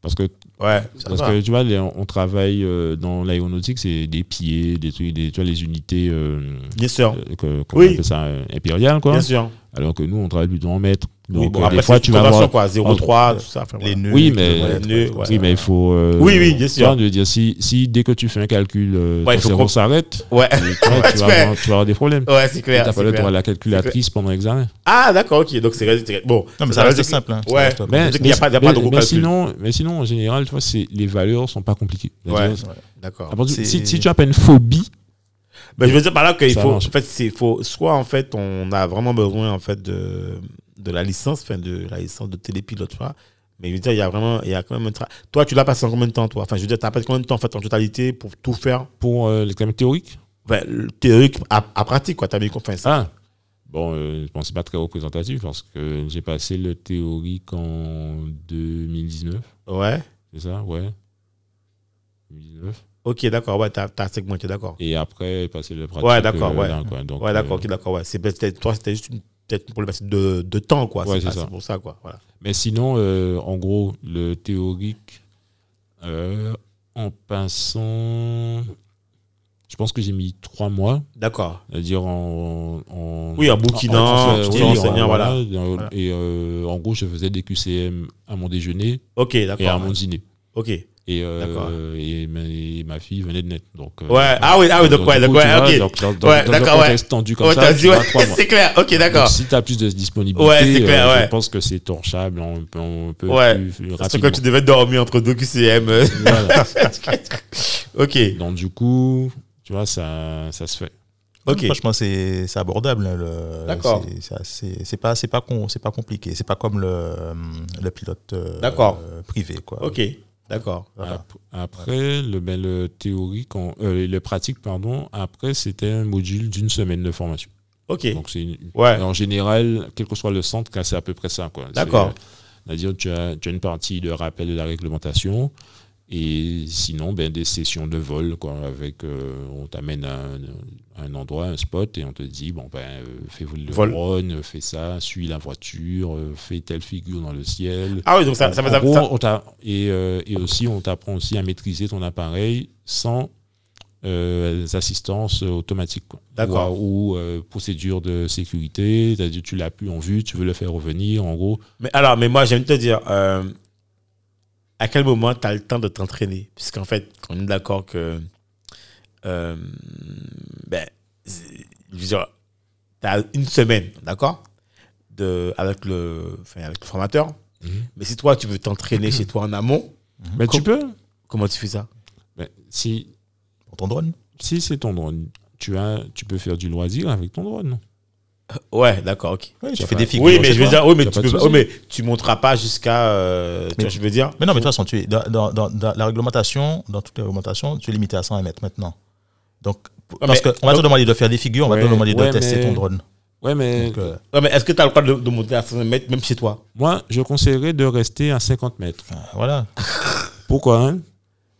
[SPEAKER 3] Parce que,
[SPEAKER 1] ouais. ça
[SPEAKER 3] parce
[SPEAKER 1] va.
[SPEAKER 3] que tu vois, les- on travaille euh, dans l'aéronautique, c'est des pieds, des trucs, des, tu vois, les unités euh,
[SPEAKER 1] Bien sûr.
[SPEAKER 3] euh, que- qu'on
[SPEAKER 1] Oui.
[SPEAKER 3] appelle ça euh, impériales, quoi.
[SPEAKER 1] Bien sûr.
[SPEAKER 3] Alors que nous, on travaille plutôt en mètres. Donc,
[SPEAKER 1] bon,
[SPEAKER 3] euh,
[SPEAKER 1] après,
[SPEAKER 3] des fois,
[SPEAKER 1] c'est
[SPEAKER 3] tu vas
[SPEAKER 1] condensation,
[SPEAKER 3] avoir.
[SPEAKER 1] quoi, 0,3,
[SPEAKER 3] entre- euh,
[SPEAKER 1] tout ça. enfin,
[SPEAKER 2] Les
[SPEAKER 1] voilà.
[SPEAKER 2] nœuds.
[SPEAKER 3] Oui,
[SPEAKER 2] tout
[SPEAKER 3] mais-
[SPEAKER 2] le-
[SPEAKER 1] Les nœuds, ouais.
[SPEAKER 3] Oui, mais il faut. euh,
[SPEAKER 1] Oui, oui, bien sûr.
[SPEAKER 3] enfin, Je veux dire, si, si dès que tu fais un calcul, euh,
[SPEAKER 1] Ouais, il
[SPEAKER 3] ton
[SPEAKER 1] faut
[SPEAKER 3] cerveau
[SPEAKER 1] qu'on-
[SPEAKER 3] s'arrête,
[SPEAKER 1] Ouais,
[SPEAKER 3] tu, vois, tu vas
[SPEAKER 1] Ouais.
[SPEAKER 3] avoir, tu vas avoir des problèmes.
[SPEAKER 1] ouais, c'est
[SPEAKER 3] Tu
[SPEAKER 1] clair.
[SPEAKER 3] n'as
[SPEAKER 1] c'est
[SPEAKER 3] pas le
[SPEAKER 1] clair.
[SPEAKER 3] droit à la calculatrice pendant l'examen.
[SPEAKER 1] Ah, d'accord, ok. Donc, c'est reste- c'est- Bon,
[SPEAKER 2] Non, mais
[SPEAKER 1] Ça
[SPEAKER 2] ça reste
[SPEAKER 1] reste-
[SPEAKER 2] simple. hein.
[SPEAKER 1] Ouais.
[SPEAKER 2] Ça reste-
[SPEAKER 1] Mais- qu'il y a pas- il y a pas de gros
[SPEAKER 3] Ben, mais
[SPEAKER 1] calcul.
[SPEAKER 3] sinon, mais sinon, en général, tu vois, c'est- les valeurs sont pas compliquées.
[SPEAKER 1] Ouais.
[SPEAKER 3] C'est-à-dire,
[SPEAKER 1] d'accord.
[SPEAKER 3] à partir
[SPEAKER 2] C'est-
[SPEAKER 3] du- Si, si tu as pas une phobie,
[SPEAKER 1] Ben, je veux dire par là qu'il
[SPEAKER 3] Ça
[SPEAKER 1] faut, en
[SPEAKER 3] marche.
[SPEAKER 1] fait, c'est faut, soit en fait, on a vraiment besoin en fait de, de la licence, enfin de la licence de télépilote, tu vois. Mais je veux dire, il y a vraiment, il y a quand même un tra- Toi, tu l'as passé en combien de temps, toi Enfin, je veux dire, t'as passé combien de temps en fait en totalité pour tout faire
[SPEAKER 3] pour euh, l'examen théorique,
[SPEAKER 1] Enfin, le théorique à, à pratique, quoi. T'as mis enfin, ça.
[SPEAKER 3] ah, bon, euh, je pense que c'est pas très représentatif parce que j'ai passé le théorique en 2019,
[SPEAKER 1] Ouais.
[SPEAKER 3] c'est ça, ouais, 2019.
[SPEAKER 1] Ok, d'accord. Ouais, t'as, t'as segmenté, d'accord.
[SPEAKER 3] Et après, passer le pratique.
[SPEAKER 1] Ouais, d'accord, ouais.
[SPEAKER 3] là, quoi. Donc,
[SPEAKER 1] Ouais, d'accord.
[SPEAKER 3] euh,
[SPEAKER 1] Ok, d'accord. Ouais. C'est peut-être toi, c'était juste une, peut-être une problématique de, de temps, quoi.
[SPEAKER 3] Ouais,
[SPEAKER 1] c'est,
[SPEAKER 3] c'est
[SPEAKER 1] ah,
[SPEAKER 3] ça.
[SPEAKER 1] c'est pour ça, quoi. Voilà.
[SPEAKER 3] Mais sinon, euh, en gros, le théorique, euh, en passant, je pense que j'ai mis trois mois,
[SPEAKER 1] D'accord.
[SPEAKER 3] c'est-à-dire en, en-
[SPEAKER 1] Oui, en bouquinant,
[SPEAKER 3] en- en-
[SPEAKER 1] tu
[SPEAKER 3] en-
[SPEAKER 1] dis,
[SPEAKER 3] en-
[SPEAKER 1] enseignant,
[SPEAKER 3] en-
[SPEAKER 1] voilà.
[SPEAKER 3] dans-
[SPEAKER 1] Voilà.
[SPEAKER 3] Et euh, en gros, je faisais des QCM à mon déjeuner
[SPEAKER 1] Ok,
[SPEAKER 3] et à
[SPEAKER 1] d'accord.
[SPEAKER 3] mon dîner.
[SPEAKER 1] Ok. Ouais.
[SPEAKER 3] Et, euh,
[SPEAKER 1] D'accord.
[SPEAKER 3] et ma, et ma fille venait de naître. Donc, euh,
[SPEAKER 1] Ah oui, ah oui. Donc,
[SPEAKER 3] du
[SPEAKER 1] ouais,
[SPEAKER 3] coup,
[SPEAKER 1] donc,
[SPEAKER 3] tu
[SPEAKER 1] ouais,
[SPEAKER 3] vois,
[SPEAKER 1] ok.
[SPEAKER 3] donc, dans- dans-
[SPEAKER 1] Ouais,
[SPEAKER 3] dans un
[SPEAKER 1] d'accord, ouais.
[SPEAKER 3] contexte tendu comme
[SPEAKER 1] Ouais,
[SPEAKER 3] ça,
[SPEAKER 1] t'as
[SPEAKER 3] tu
[SPEAKER 1] dit,
[SPEAKER 3] vas
[SPEAKER 1] ouais,
[SPEAKER 3] trois mois.
[SPEAKER 1] c'est clair, ok,
[SPEAKER 3] Donc,
[SPEAKER 1] d'accord.
[SPEAKER 3] si tu as plus de disponibilité,
[SPEAKER 1] Ouais, c'est clair,
[SPEAKER 3] euh,
[SPEAKER 1] ouais.
[SPEAKER 3] je pense que c'est torchable un peu, un peu
[SPEAKER 1] Ouais.
[SPEAKER 3] plus, plus
[SPEAKER 1] Parce que
[SPEAKER 3] rapidement.
[SPEAKER 1] tu devais dormir entre deux QCM. euh,
[SPEAKER 3] Voilà.
[SPEAKER 1] ok,
[SPEAKER 3] Donc du coup, tu vois, ça, ça se fait.
[SPEAKER 1] ok.
[SPEAKER 2] Franchement, c'est c'est abordable. hein, le-
[SPEAKER 1] D'accord.
[SPEAKER 2] c'est- c'est assez- C'est pas, c'est pas, con- c'est pas compliqué. C'est pas comme le, euh, le pilote euh,
[SPEAKER 1] D'accord.
[SPEAKER 2] euh, privé. Quoi.
[SPEAKER 1] Ok, d'accord.
[SPEAKER 2] Voilà.
[SPEAKER 3] Ap- Après, le, ben, le théorique, en- euh, le pratique, pardon, après, c'était un module d'une semaine de formation.
[SPEAKER 1] Ok,
[SPEAKER 3] Donc c'est une-
[SPEAKER 1] ouais,
[SPEAKER 3] en général, quel que soit le centre, c'est à peu près ça. quoi. C'est,
[SPEAKER 1] D'accord.
[SPEAKER 3] euh, C'est-à-dire tu as, tu as une partie de rappel de la réglementation et sinon ben, des sessions de vol quoi, avec euh, on t'amène à un, à un endroit, un spot et on te dit bon ben euh, fais le
[SPEAKER 1] Vol.
[SPEAKER 3] drone, euh, fais ça, suis la voiture, euh, fais telle figure dans le ciel.
[SPEAKER 1] Ah oui, donc ça, ça,
[SPEAKER 3] En
[SPEAKER 1] ça-
[SPEAKER 3] gros,
[SPEAKER 1] ça-
[SPEAKER 3] on t'a- et, euh, et aussi on t'apprend aussi à maîtriser ton appareil sans euh, assistances automatiques. quoi.
[SPEAKER 1] D'accord.
[SPEAKER 3] Ou, euh, procédure de sécurité, c'est-à-dire tu l'as plus en vue, tu veux le faire revenir, en gros.
[SPEAKER 1] Mais alors, mais moi, j'aime te dire, euh, à quel moment tu as le temps de t'entraîner Puisqu'en fait, on est d'accord que. euh, ben, c'est- je veux dire, tu as une semaine, d'accord de, avec, le, enfin, avec le formateur.
[SPEAKER 3] Mhm.
[SPEAKER 1] Mais si toi, tu veux t'entraîner chez toi en amont,
[SPEAKER 3] Mais tu peux.
[SPEAKER 1] comment tu fais ça
[SPEAKER 3] Ben, si
[SPEAKER 2] Pour ton drone.
[SPEAKER 3] si c'est ton drone, tu, as, tu peux faire du loisir avec ton drone. non
[SPEAKER 1] Ouais, d'accord, ok.
[SPEAKER 2] Ouais, tu
[SPEAKER 3] Ça
[SPEAKER 2] fais
[SPEAKER 3] va.
[SPEAKER 2] des figures.
[SPEAKER 1] Oui, mais
[SPEAKER 2] chez
[SPEAKER 1] je veux
[SPEAKER 2] toi.
[SPEAKER 1] dire, oui, mais
[SPEAKER 3] Y a
[SPEAKER 1] tu
[SPEAKER 3] pas de
[SPEAKER 1] peux,
[SPEAKER 3] souci.
[SPEAKER 1] oui, mais tu monteras pas jusqu'à. euh, tu
[SPEAKER 2] Mais-
[SPEAKER 1] vois, je veux dire.
[SPEAKER 2] Mais non, mais de toute façon, tu es, dans, dans- dans- dans la réglementation, dans toutes les réglementations, tu es limité à 100 mètres maintenant. Donc, p-
[SPEAKER 1] Ouais,
[SPEAKER 2] parce
[SPEAKER 1] mais-
[SPEAKER 2] qu'on va te demander de faire des figures, on va
[SPEAKER 3] Ah, Ouais,
[SPEAKER 2] te demander de
[SPEAKER 3] ouais,
[SPEAKER 2] tester
[SPEAKER 3] mais-
[SPEAKER 2] ton drone.
[SPEAKER 3] Ouais, mais
[SPEAKER 2] Donc, euh,
[SPEAKER 1] Ouais, mais est-ce que tu as le droit de, de monter à 5 mètres, même chez toi
[SPEAKER 3] moi, je conseillerais de rester à 50 mètres.
[SPEAKER 2] voilà.
[SPEAKER 3] Pourquoi hein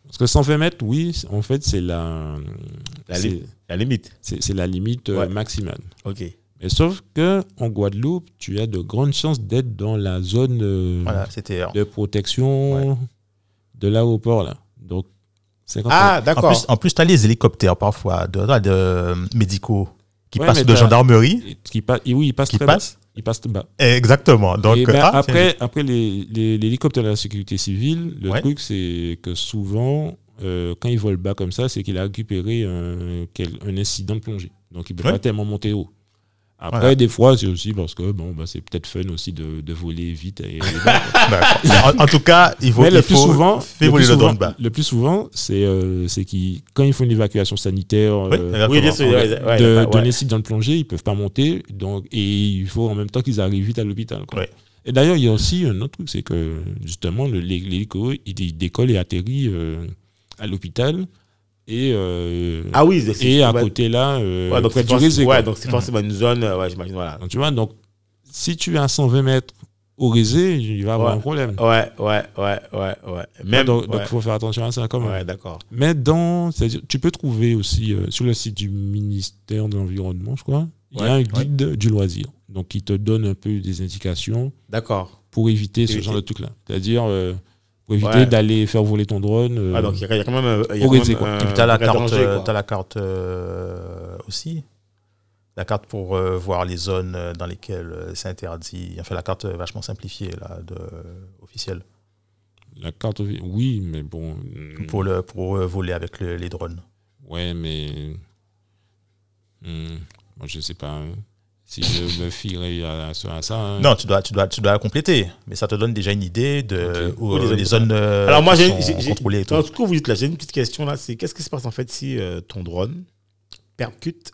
[SPEAKER 3] Parce que 120 mètres, oui, c'est- en fait, c'est la,
[SPEAKER 1] La
[SPEAKER 3] c'est-
[SPEAKER 1] limite. La limite.
[SPEAKER 3] c'est- c'est la limite euh,
[SPEAKER 1] Ouais.
[SPEAKER 3] maximale.
[SPEAKER 1] Ok.
[SPEAKER 3] Mais sauf que en Guadeloupe, tu as de grandes chances d'être dans la zone euh,
[SPEAKER 2] voilà c'était. En
[SPEAKER 3] de protection de l'aéroport là. Donc 50 mètres.
[SPEAKER 1] Ah, d'accord.
[SPEAKER 2] plus, en plus tu as les hélicoptères parfois de, de- de médicaux qui
[SPEAKER 3] Ouais,
[SPEAKER 2] passent
[SPEAKER 3] mais
[SPEAKER 2] de
[SPEAKER 3] t'as-
[SPEAKER 2] gendarmerie.
[SPEAKER 3] Et qui pa- et oui, il passe
[SPEAKER 2] Qui
[SPEAKER 3] très bas.
[SPEAKER 2] passe
[SPEAKER 3] Il passe très bas.
[SPEAKER 2] Exactement. Donc,
[SPEAKER 3] Et ben,
[SPEAKER 2] ah,
[SPEAKER 3] après, après les- les- l'hélicoptère de la sécurité civile, le
[SPEAKER 2] Ouais.
[SPEAKER 3] truc c'est que souvent, euh, quand il vole bas comme ça, c'est qu'il a récupéré un, quel- un incident de plongée. Donc il peut
[SPEAKER 2] Ouais.
[SPEAKER 3] pas tellement monter haut. Après,
[SPEAKER 2] Voilà.
[SPEAKER 3] des fois, c'est aussi parce que bon, bah, c'est peut-être fun aussi de, de voler vite. Et, et bas.
[SPEAKER 2] D'accord. en, en tout cas, il faut,
[SPEAKER 3] Mais le
[SPEAKER 2] il
[SPEAKER 3] plus
[SPEAKER 2] faut
[SPEAKER 3] souvent,
[SPEAKER 2] faire
[SPEAKER 3] le
[SPEAKER 2] voler
[SPEAKER 3] plus
[SPEAKER 2] le drone bah.
[SPEAKER 3] souvent,
[SPEAKER 2] bas.
[SPEAKER 3] le plus souvent, c'est euh, c'est qu'ils quand ils font une évacuation sanitaire
[SPEAKER 2] Oui,
[SPEAKER 3] euh,
[SPEAKER 2] exactement.
[SPEAKER 1] Oui, bien sûr.
[SPEAKER 3] de,
[SPEAKER 1] ouais, ouais,
[SPEAKER 3] de
[SPEAKER 1] ouais.
[SPEAKER 3] l'incident de plongée, ils peuvent pas monter, donc et il faut en même temps qu'ils arrivent vite à l'hôpital. quoi.
[SPEAKER 2] Ouais.
[SPEAKER 3] Et d'ailleurs, il y a aussi un autre truc, c'est que justement le- l'hé- l'hélico il, dé- décolle et atterrit euh, à l'hôpital et euh,
[SPEAKER 1] Ah oui, c'est-
[SPEAKER 3] et à
[SPEAKER 1] ouais.
[SPEAKER 3] côté là, euh,
[SPEAKER 1] Ouais, donc
[SPEAKER 3] près
[SPEAKER 1] c'est
[SPEAKER 3] du
[SPEAKER 1] forc-
[SPEAKER 3] Rézé,
[SPEAKER 1] ouais,
[SPEAKER 3] quoi.
[SPEAKER 1] donc c'est forcément une zone, euh, ouais, j'imagine, voilà.
[SPEAKER 3] Donc, tu vois, donc si tu es à 120 mètres au Rézé, il va avoir
[SPEAKER 1] Ouais.
[SPEAKER 3] un problème.
[SPEAKER 1] Ouais, ouais, ouais, ouais, ouais. Même.
[SPEAKER 3] Ah, donc, il
[SPEAKER 1] ouais,
[SPEAKER 3] faut faire attention à ça quand même.
[SPEAKER 1] ouais, d'accord.
[SPEAKER 3] Mais dans, c'est-à-dire, tu peux trouver aussi euh, sur le site du ministère de l'Environnement, je crois, il y a un guide du loisir. Donc, qui te donne un peu des indications
[SPEAKER 1] D'accord.
[SPEAKER 3] pour éviter ce
[SPEAKER 1] Éviter.
[SPEAKER 3] genre de truc-là. C'est-à-dire, euh, pour éviter
[SPEAKER 1] Ouais.
[SPEAKER 3] d'aller faire voler ton drone. euh,
[SPEAKER 1] Ah, donc il y, a- il y a quand même. euh, il y a
[SPEAKER 3] Au
[SPEAKER 1] quand
[SPEAKER 3] risque,
[SPEAKER 1] même,
[SPEAKER 3] quoi.
[SPEAKER 1] euh,
[SPEAKER 2] Et puis, tu as la
[SPEAKER 1] un
[SPEAKER 2] carte,
[SPEAKER 1] danger,
[SPEAKER 2] euh,
[SPEAKER 1] quoi.
[SPEAKER 2] t'as la carte euh, aussi. La carte pour euh, voir les zones euh, dans lesquelles euh, c'est interdit. Enfin, la carte euh, vachement simplifiée, là, de, euh, officielle,
[SPEAKER 3] La carte, vie- oui, mais bon. hmm,
[SPEAKER 2] pour, le, pour euh, voler avec le- les drones.
[SPEAKER 3] Ouais, mais. hmm, moi, je sais pas hein, si je me fierais à, à- à ça. hein.
[SPEAKER 2] Non, tu dois, tu, dois, tu dois la compléter, mais ça te donne déjà une idée de
[SPEAKER 3] Ok.
[SPEAKER 2] où,
[SPEAKER 1] Où
[SPEAKER 2] euh,
[SPEAKER 1] les zones-
[SPEAKER 2] les zones euh,
[SPEAKER 1] Alors moi,
[SPEAKER 2] qui
[SPEAKER 1] j'ai,
[SPEAKER 2] sont
[SPEAKER 1] j'ai- j'ai-
[SPEAKER 2] contrôlées et tout.
[SPEAKER 1] dans ce que vous dites là, j'ai une petite question là. C'est qu'est-ce qui se passe en fait si euh, ton drone percute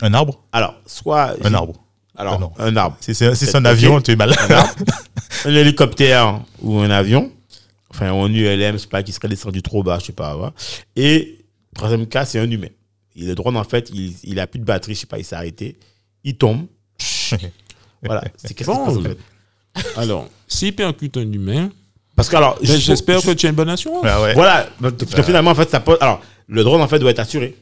[SPEAKER 2] Un arbre
[SPEAKER 1] Alors, soit
[SPEAKER 2] Un arbre.
[SPEAKER 1] Alors,
[SPEAKER 2] Ah non.
[SPEAKER 1] un arbre,
[SPEAKER 2] Si c'est si c'est un
[SPEAKER 1] Peut-être
[SPEAKER 2] avion, tu es mal.
[SPEAKER 1] un arbre, un hélicoptère ou un avion, enfin ou un ULM, je sais pas, qui serait descendu trop bas, je sais pas. voilà. Et troisième cas, c'est un humain. Et le drone en fait, il, il a plus de batterie, je sais pas, il s'est arrêté, il tombe. Voilà. C'est qu'est-ce qui se passe en
[SPEAKER 3] Bon.
[SPEAKER 1] fait
[SPEAKER 3] Alors, s'il percute un humain,
[SPEAKER 1] Parce que alors,
[SPEAKER 3] ben,
[SPEAKER 1] je-
[SPEAKER 3] j'espère
[SPEAKER 1] je-
[SPEAKER 3] que tu as une bonne assurance.
[SPEAKER 2] Ah Ouais, ouais.
[SPEAKER 1] Voilà, donc, finalement en fait ça pose. Alors le drone en fait doit être assuré.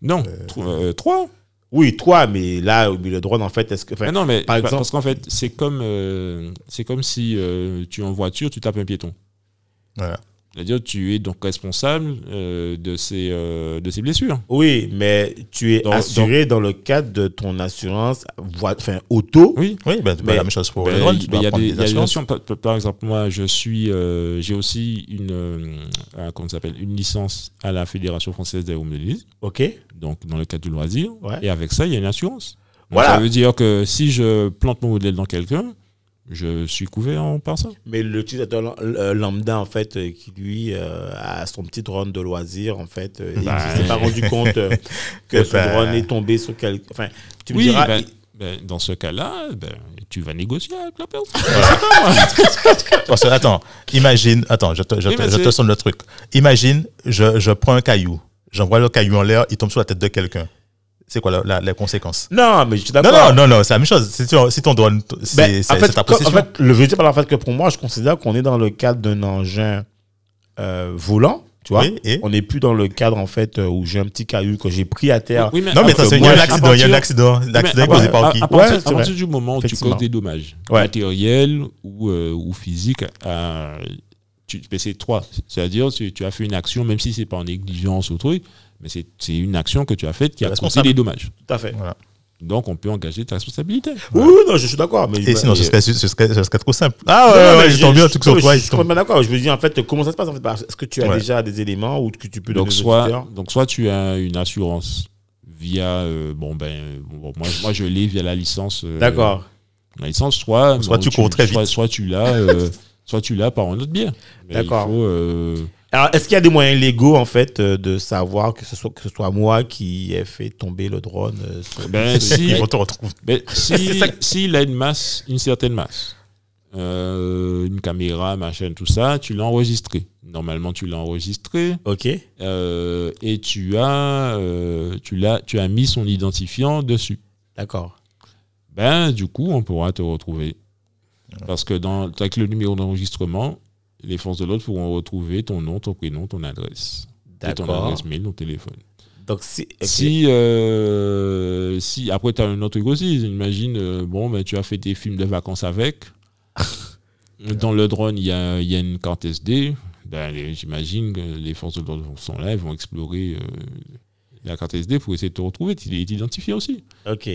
[SPEAKER 3] Non, tro- euh, trois.
[SPEAKER 1] Oui, toi, mais là, mais le drone en fait, est-ce que. enfin,
[SPEAKER 3] Mais non, mais
[SPEAKER 1] par
[SPEAKER 3] pa-
[SPEAKER 1] exemple-
[SPEAKER 3] parce qu'en fait, c'est comme, euh, c'est comme si euh, tu es en voiture, tu tapes un piéton.
[SPEAKER 2] Voilà.
[SPEAKER 3] C'est-à-dire, tu es donc responsable euh, de, ses, euh, de ses blessures.
[SPEAKER 1] Oui, mais tu es
[SPEAKER 3] Dans-
[SPEAKER 1] assuré dans, le cadre de ton assurance voi- enfin, auto.
[SPEAKER 3] Oui.
[SPEAKER 2] Oui, ben, c'est pas
[SPEAKER 1] Mais-
[SPEAKER 2] la même chose pour
[SPEAKER 3] Ben,
[SPEAKER 2] les drones. tu
[SPEAKER 3] Il
[SPEAKER 2] dois
[SPEAKER 3] y a
[SPEAKER 2] prendre
[SPEAKER 3] des il y a des
[SPEAKER 2] assurances.
[SPEAKER 3] notions. Par, par- par exemple, moi, je suis, euh, j'ai aussi une, euh, ah, comment ça s'appelle, une licence à la Fédération française d'aéromobilisme,
[SPEAKER 1] Ok.
[SPEAKER 3] donc dans le cadre du loisir.
[SPEAKER 1] Ouais.
[SPEAKER 3] Et avec ça, il y a une assurance. Donc,
[SPEAKER 1] Voilà.
[SPEAKER 3] Ça veut dire que si je plante mon modèle dans quelqu'un, je suis couvert en- par ça.
[SPEAKER 1] Mais l'utilisateur lam- euh, lambda, en fait, euh, qui lui euh, a son petit drone de loisir, en fait, euh, et
[SPEAKER 3] Bah,
[SPEAKER 1] qui s'est pas rendu compte euh, que son
[SPEAKER 2] Bah.
[SPEAKER 1] drone est tombé sur quelqu'un. Enfin, tu me
[SPEAKER 3] oui,
[SPEAKER 1] diras.
[SPEAKER 3] ben, ben, dans ce cas-là, ben, tu vas négocier avec la personne.
[SPEAKER 2] Parce que, attends, imagine, attends, je te, je
[SPEAKER 3] Oui,
[SPEAKER 2] te-
[SPEAKER 3] mais
[SPEAKER 2] je te
[SPEAKER 3] c'est-
[SPEAKER 2] sonne le truc. Imagine, je, je prends un caillou, j'envoie le caillou en l'air, il tombe sur la tête de quelqu'un. C'est quoi la, la- les conséquences
[SPEAKER 1] Non, mais je suis
[SPEAKER 2] Non,
[SPEAKER 1] d'accord.
[SPEAKER 2] non, non, non, c'est la même chose. Si, tu, si ton drone, t-
[SPEAKER 1] Ben,
[SPEAKER 2] c'est
[SPEAKER 1] en,
[SPEAKER 2] c'est- c'est
[SPEAKER 1] fait,
[SPEAKER 2] ta
[SPEAKER 1] quand- en
[SPEAKER 2] possession.
[SPEAKER 1] fait, le je veux dire par là, en fait que pour moi, je considère qu'on est dans le cadre d'un engin euh, volant, tu vois.
[SPEAKER 2] Oui, et
[SPEAKER 1] On n'est plus dans le cadre, en fait, euh, où j'ai un petit caillou que j'ai pris à terre.
[SPEAKER 3] Oui, mais
[SPEAKER 2] non, mais
[SPEAKER 3] après,
[SPEAKER 2] attention, il y
[SPEAKER 3] moi,
[SPEAKER 2] a un
[SPEAKER 3] je- à
[SPEAKER 2] accident, il y a un
[SPEAKER 3] partir-
[SPEAKER 2] accident. L'accident
[SPEAKER 3] Mais
[SPEAKER 2] est causé
[SPEAKER 3] à-
[SPEAKER 2] par
[SPEAKER 3] à-
[SPEAKER 2] qui
[SPEAKER 3] à
[SPEAKER 1] Ouais,
[SPEAKER 3] partir, à
[SPEAKER 1] c'est
[SPEAKER 3] partir du moment où tu
[SPEAKER 1] Effectivement.
[SPEAKER 3] causes des dommages
[SPEAKER 1] Ouais.
[SPEAKER 3] matériels ou, euh, ou physiques, à, tu, mais c'est trois. C'est-à-dire tu, tu as fait une action, même si c'est pas en négligence ou truc, mais c'est c'est une action que tu as faite qui a causé
[SPEAKER 2] Responsable.
[SPEAKER 3] des dommages.
[SPEAKER 1] Tout à fait.
[SPEAKER 3] Donc on peut engager ta responsabilité.
[SPEAKER 1] Oui, oui, non, je suis d'accord. Mais
[SPEAKER 2] Et sinon, ce serait, ce, serait, ce serait trop simple. Ah
[SPEAKER 1] Non,
[SPEAKER 2] ouais,
[SPEAKER 1] non,
[SPEAKER 2] ouais,
[SPEAKER 1] mais
[SPEAKER 2] j'ai tombé
[SPEAKER 1] je-
[SPEAKER 2] un truc
[SPEAKER 1] non,
[SPEAKER 2] sur
[SPEAKER 1] mais
[SPEAKER 2] toi.
[SPEAKER 1] Je
[SPEAKER 2] il
[SPEAKER 1] suis
[SPEAKER 2] tombe-
[SPEAKER 1] complètement d'accord. Je veux dire, en fait, comment ça se passe en fait parce- Est-ce que tu as
[SPEAKER 2] Ouais.
[SPEAKER 1] déjà des éléments ou que tu peux
[SPEAKER 3] Donc
[SPEAKER 1] donner aux
[SPEAKER 3] soit, euh,
[SPEAKER 1] auditeurs
[SPEAKER 3] donc soit tu as une assurance via euh, bon ben bon, moi, moi je l'ai via la licence euh,
[SPEAKER 1] D'accord.
[SPEAKER 3] la licence soit
[SPEAKER 2] Soit tu cours très
[SPEAKER 3] soit,
[SPEAKER 2] vite.
[SPEAKER 3] soit tu l'as euh, soit tu l'as par un autre biais Mais il
[SPEAKER 1] D'accord.
[SPEAKER 3] faut, euh,
[SPEAKER 1] Alors, est-ce qu'il y a des moyens légaux, en fait, euh, de savoir que ce soit, que ce soit moi qui ai fait tomber le drone euh, sur-
[SPEAKER 3] ben,
[SPEAKER 1] sur-
[SPEAKER 3] si,
[SPEAKER 2] Ils vont te retrouver.
[SPEAKER 3] Mais si-
[SPEAKER 1] C'est ça que-
[SPEAKER 3] s'il a une masse, une certaine masse, euh, une caméra, machin, tout ça, tu l'as enregistré. Normalement, tu l'as enregistré
[SPEAKER 1] Ok.
[SPEAKER 3] euh, et tu as, euh, tu l'as, tu as mis son identifiant dessus.
[SPEAKER 1] D'accord.
[SPEAKER 3] Ben, du coup, on pourra te retrouver parce que dans avec le numéro d'enregistrement, les forces de l'autre pourront retrouver ton nom, ton prénom, ton adresse, et ton
[SPEAKER 1] D'accord.
[SPEAKER 3] adresse mail, ton téléphone.
[SPEAKER 1] Donc, si. ok.
[SPEAKER 3] Si, euh, si après tu as un autre truc aussi, imagine, euh, bon, ben, tu as fait des films de vacances avec. Dans le drone, il y a, il y a une carte SD. Ben, les- J'imagine que les forces de l'ordre sont là, elles vont explorer euh, la carte SD pour essayer de te retrouver, t- et t'identifier aussi.
[SPEAKER 1] Ok.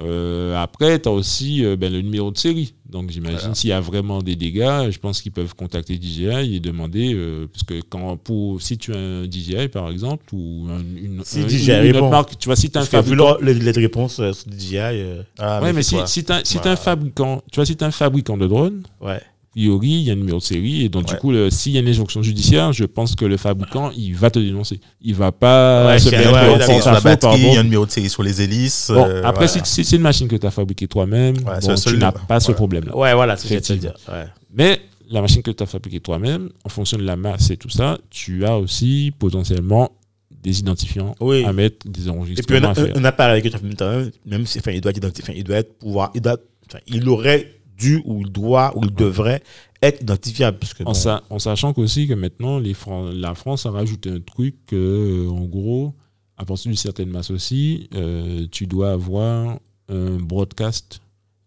[SPEAKER 3] Euh, après, tu as aussi euh, ben, le numéro de série. Donc j'imagine s'il y a vraiment des dégâts, je pense qu'ils peuvent contacter DJI et demander, euh, parce que quand, pour, si tu as un DJI par exemple, ou un- une,
[SPEAKER 1] Si
[SPEAKER 3] un-
[SPEAKER 1] DJI
[SPEAKER 3] une autre
[SPEAKER 1] répond.
[SPEAKER 3] marque, tu vois, si tu as un
[SPEAKER 1] Parce que vu
[SPEAKER 3] fabricant...
[SPEAKER 1] leur- les, les réponses euh, sur DJI, euh,
[SPEAKER 2] Ah,
[SPEAKER 3] Ouais, mais si,
[SPEAKER 2] fais-toi.
[SPEAKER 3] si t'as- si
[SPEAKER 2] Ouais.
[SPEAKER 3] t'as un fabricant, tu vois, si t'as un fabricant de drones,
[SPEAKER 1] ouais.
[SPEAKER 3] a priori, il y a un numéro de série, et donc
[SPEAKER 2] Ouais.
[SPEAKER 3] du coup, le- s'il y a une injonction judiciaire, je pense que le fabricant, il va te dénoncer. Il va pas
[SPEAKER 1] Ouais,
[SPEAKER 3] se
[SPEAKER 1] c'est-
[SPEAKER 2] Il y a
[SPEAKER 3] mettre
[SPEAKER 1] ouais,
[SPEAKER 2] un numéro
[SPEAKER 3] en
[SPEAKER 2] de série
[SPEAKER 1] d'accord.
[SPEAKER 3] porte
[SPEAKER 2] sur la
[SPEAKER 3] à faux par
[SPEAKER 2] batterie, il y a un
[SPEAKER 3] rapport.
[SPEAKER 2] numéro de série sur les hélices.
[SPEAKER 3] Bon,
[SPEAKER 2] euh,
[SPEAKER 3] après,
[SPEAKER 2] voilà.
[SPEAKER 3] si, si c'est une machine que tu as fabriquée toi-même,
[SPEAKER 2] Ouais,
[SPEAKER 3] bon,
[SPEAKER 2] c'est le
[SPEAKER 3] tu
[SPEAKER 2] seul-
[SPEAKER 3] n'as pas ce
[SPEAKER 2] voilà.
[SPEAKER 3] problème-là.
[SPEAKER 1] Ouais, voilà, c'est ce que j'allais
[SPEAKER 3] Effectivement.
[SPEAKER 1] dire. Ouais.
[SPEAKER 3] Mais la machine que tu as fabriquée toi-même, en fonction de la masse et tout ça, tu as aussi potentiellement des identifiants
[SPEAKER 1] Oui.
[SPEAKER 3] à mettre, des
[SPEAKER 1] Et puis un,
[SPEAKER 3] enregistrements à
[SPEAKER 1] un-
[SPEAKER 3] faire.
[SPEAKER 1] un appareil que tu as fait même temps, même si enfin, il doit être identifié, enfin, il doit être pouvoir, il, doit, enfin, il aurait dû ou il doit ou il devrait être identifiable. Parce que,
[SPEAKER 3] En,
[SPEAKER 1] bon,
[SPEAKER 3] sa- en sachant qu'aussi que maintenant, les Fran- la France a rajouté un truc que, euh, en gros, à partir d'une certaine masse aussi, euh, tu dois avoir un broadcast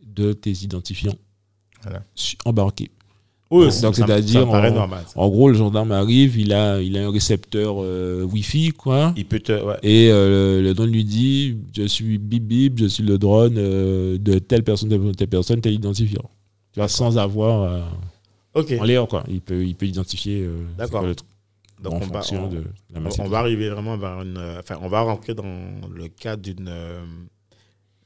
[SPEAKER 3] de tes identifiants
[SPEAKER 2] Voilà.
[SPEAKER 3] su- embarqués.
[SPEAKER 1] Oui,
[SPEAKER 3] Donc,
[SPEAKER 1] ça-
[SPEAKER 3] c'est-à-dire,
[SPEAKER 1] ça paraît
[SPEAKER 3] on-
[SPEAKER 1] normal. ça.
[SPEAKER 3] En gros, le gendarme arrive, il a, il a un récepteur euh, Wi-Fi, quoi.
[SPEAKER 1] Il peut te. ouais.
[SPEAKER 3] Et euh, le drone lui dit Je suis bip bip, je suis le drone euh, de telle personne, telle, telle personne, tel identifiant. Tu vois, sans avoir euh,
[SPEAKER 1] Ok.
[SPEAKER 3] en l'air, quoi. Il peut, il peut identifier euh, c'est
[SPEAKER 1] D'accord.
[SPEAKER 3] quoi le truc,
[SPEAKER 1] Donc,
[SPEAKER 3] en
[SPEAKER 1] on va,
[SPEAKER 3] fonction
[SPEAKER 1] on-
[SPEAKER 3] de Ah, la
[SPEAKER 1] on-
[SPEAKER 3] masse.
[SPEAKER 1] on va arriver vraiment vers une. euh, Enfin, on va rentrer dans le cadre d'une euh,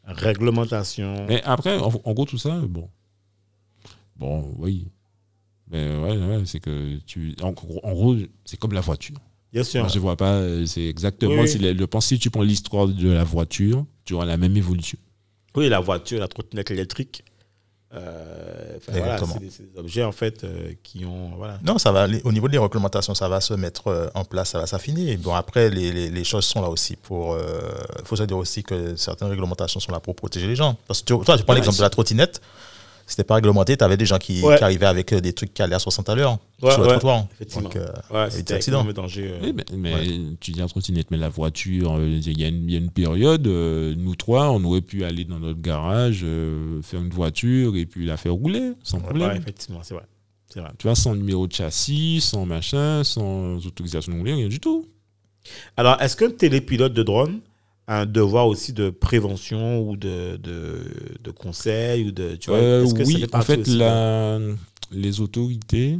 [SPEAKER 1] réglementation.
[SPEAKER 3] Mais après, en, en gros, tout ça, bon. Bon, oui. Mais ouais, ouais, c'est que tu. En, gros- en gros, c'est comme la voiture.
[SPEAKER 1] Bien sûr.
[SPEAKER 3] Moi, je vois pas, euh, c'est
[SPEAKER 1] Oui,
[SPEAKER 3] exactement.
[SPEAKER 1] oui.
[SPEAKER 3] si la- je pense que si tu prends l'histoire de la voiture, tu auras la même évolution.
[SPEAKER 1] Oui, la voiture, la trottinette électrique. Euh, enfin, voilà,
[SPEAKER 2] Exactement.
[SPEAKER 1] c'est des, c'est des objets en fait euh, qui ont. Voilà.
[SPEAKER 2] Non, ça va. aller- Au niveau des réglementations, ça va se mettre euh, en place, ça va s'affiner. Bon, après, les, les- les choses sont là aussi pour. Il faut se dire aussi que certaines réglementations sont là pour protéger les gens. Parce que tu- toi, je prends
[SPEAKER 3] Ouais,
[SPEAKER 2] l'exemple de la trottinette. C'était pas réglementé. Tu avais des gens qui,
[SPEAKER 1] Ouais.
[SPEAKER 2] qui arrivaient avec euh, des trucs qui allaient à 60 à l'heure hein,
[SPEAKER 1] Ouais,
[SPEAKER 2] sur le
[SPEAKER 1] ouais,
[SPEAKER 2] trottoir.
[SPEAKER 1] effectivement.
[SPEAKER 2] Donc, euh,
[SPEAKER 1] Ouais,
[SPEAKER 2] des
[SPEAKER 1] c'était
[SPEAKER 2] accidents.
[SPEAKER 1] énormément dangereux. euh.
[SPEAKER 3] Oui, mais, mais tu dis la trottinette, mais la voiture, euh, il y, a une- il y a une période, euh, nous trois, on aurait pu aller dans notre garage, euh, faire une voiture et puis la faire rouler, sans
[SPEAKER 1] Ouais,
[SPEAKER 3] problème.
[SPEAKER 1] effectivement, c'est vrai. C'est vrai.
[SPEAKER 3] Tu vois, sans numéro de châssis, sans machin, sans autorisation de rouler, rien du tout.
[SPEAKER 1] Alors, est-ce qu'un télépilote de drone a un devoir aussi de prévention ou de, de, de conseil ou de, tu vois,
[SPEAKER 3] Euh,
[SPEAKER 1] est-ce que ça
[SPEAKER 3] oui, en
[SPEAKER 1] partie
[SPEAKER 3] fait,
[SPEAKER 1] aussi de-
[SPEAKER 3] la- les autorités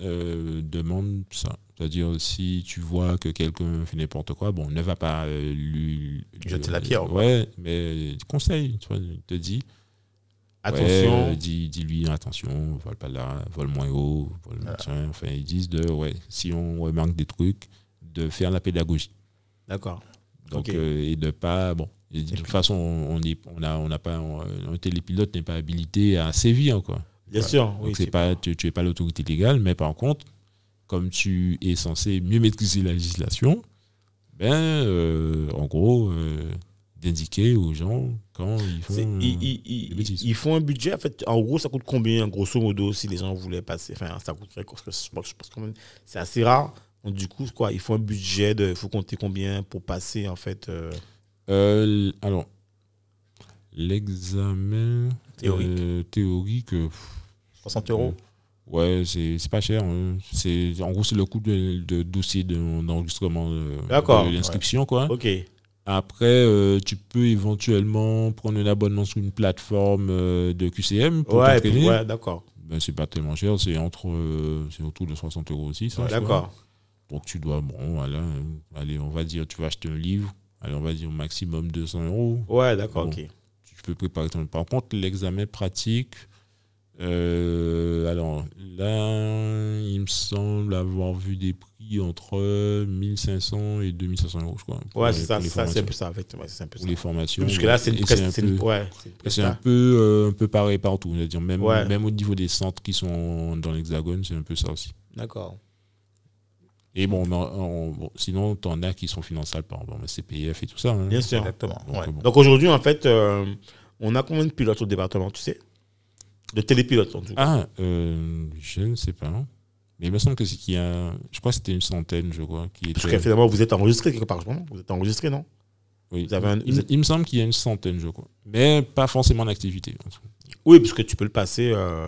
[SPEAKER 3] euh, demandent ça. C'est-à-dire, si tu vois que quelqu'un fait n'importe quoi, bon, ne va pas euh, lui, lui-
[SPEAKER 2] Jeter la pierre, quoi.
[SPEAKER 3] Ouais, mais conseil, tu vois, il te dit,
[SPEAKER 1] Attention.
[SPEAKER 3] Ouais, euh, dis- Dis-lui, attention, vole pas là, vole moins haut, vole
[SPEAKER 1] Ah.
[SPEAKER 3] machin. Enfin, ils disent de, ouais, si on remarque des trucs, de faire la pédagogie.
[SPEAKER 1] D'accord.
[SPEAKER 3] Donc,
[SPEAKER 1] Ok.
[SPEAKER 3] euh, et de pas, bon. et de toute façon, on est, on a, on a pas, on- un télépilote n'est pas habilité à sévir, quoi.
[SPEAKER 1] Bien
[SPEAKER 3] Ouais.
[SPEAKER 1] sûr.
[SPEAKER 3] Donc,
[SPEAKER 1] Oui,
[SPEAKER 3] c'est
[SPEAKER 1] tu-
[SPEAKER 3] pas, tu, tu es pas l'autorité légale, mais par contre, comme tu es censé mieux maîtriser la législation, ben, euh, en gros, euh, d'indiquer aux gens quand ils
[SPEAKER 1] c'est-
[SPEAKER 3] font.
[SPEAKER 1] ils, ils- ils-
[SPEAKER 3] des bêtises.
[SPEAKER 1] ils font un budget, en fait. En gros, ça coûte combien, grosso modo, si les gens voulaient passer Enfin, ça coûterait, parce que je pense je pense quand même, c'est assez rare. Donc, du coup, quoi, il faut un budget, il faut compter combien pour passer, en fait. euh,
[SPEAKER 3] Euh, l- alors, l'examen
[SPEAKER 2] Théorique.
[SPEAKER 3] euh, théorique, euh, pff,
[SPEAKER 2] 60 euros.
[SPEAKER 3] ouais, c'est c'est pas cher. hein. C'est en gros c'est le coût de, de dossier de- d'enregistrement euh,
[SPEAKER 1] D'accord,
[SPEAKER 3] de l'inscription quoi.
[SPEAKER 1] Ok.
[SPEAKER 3] Après, euh, tu peux éventuellement prendre un abonnement sur une plateforme euh, de QCM pour
[SPEAKER 1] Ouais, et puis-
[SPEAKER 3] t'entraîner.
[SPEAKER 1] ouais, d'accord.
[SPEAKER 3] Ben, c'est pas tellement cher, c'est entre euh, c'est autour de 60 euros aussi. ça, tu vois.
[SPEAKER 1] D'accord.
[SPEAKER 3] Donc tu dois bon voilà, euh, allez on va dire tu vas acheter un livre, allez on va dire au maximum 200 euros.
[SPEAKER 1] Ouais, d'accord,
[SPEAKER 3] Bon.
[SPEAKER 1] ok.
[SPEAKER 3] tu peux préparer ton. Par contre, l'examen pratique, euh, alors là, il me semble avoir vu des prix entre 1500 et 2500 euros, je crois. pour
[SPEAKER 1] Ouais,
[SPEAKER 3] les-
[SPEAKER 1] c'est ça,
[SPEAKER 3] pour les
[SPEAKER 1] ça, c'est un
[SPEAKER 3] formations.
[SPEAKER 1] peu ça, en fait. Ouais, c'est un peu ça.
[SPEAKER 3] Pour les formations.
[SPEAKER 1] Parce que là, c'est
[SPEAKER 3] Et
[SPEAKER 1] une
[SPEAKER 3] un
[SPEAKER 1] presse. C'est une-
[SPEAKER 3] peu-
[SPEAKER 1] ouais, c'est une
[SPEAKER 3] et
[SPEAKER 1] presse,
[SPEAKER 3] c'est un
[SPEAKER 1] là.
[SPEAKER 3] peu, euh, un peu pareil partout, on va dire. Même,
[SPEAKER 1] Ouais.
[SPEAKER 3] même au niveau des centres qui sont dans l'hexagone, c'est un peu ça aussi.
[SPEAKER 1] D'accord.
[SPEAKER 3] Et bon, on en- on- bon, sinon, t'en as qui sont finançables par bon, CPF et tout ça. hein.
[SPEAKER 1] Bien sûr.
[SPEAKER 2] Exactement.
[SPEAKER 3] Donc,
[SPEAKER 2] ouais.
[SPEAKER 3] bon.
[SPEAKER 1] Donc aujourd'hui, en fait, euh, on a combien de pilotes au département, tu sais De télépilotes, en tout cas.
[SPEAKER 3] Ah, euh, je ne sais pas. Mais il me semble que c'est qu'il y a. Je crois que c'était une centaine, je crois. Qui
[SPEAKER 1] Parce
[SPEAKER 3] était-
[SPEAKER 1] que finalement, vous êtes enregistré quelque part, je pense. Vous êtes enregistré, non
[SPEAKER 3] euh, oui.
[SPEAKER 1] vous avez un-
[SPEAKER 3] il,
[SPEAKER 1] vous êtes-
[SPEAKER 3] il me semble qu'il y a une centaine, je crois. Mais pas forcément en activité. en tout cas.
[SPEAKER 1] Oui, parce que tu peux le passer euh,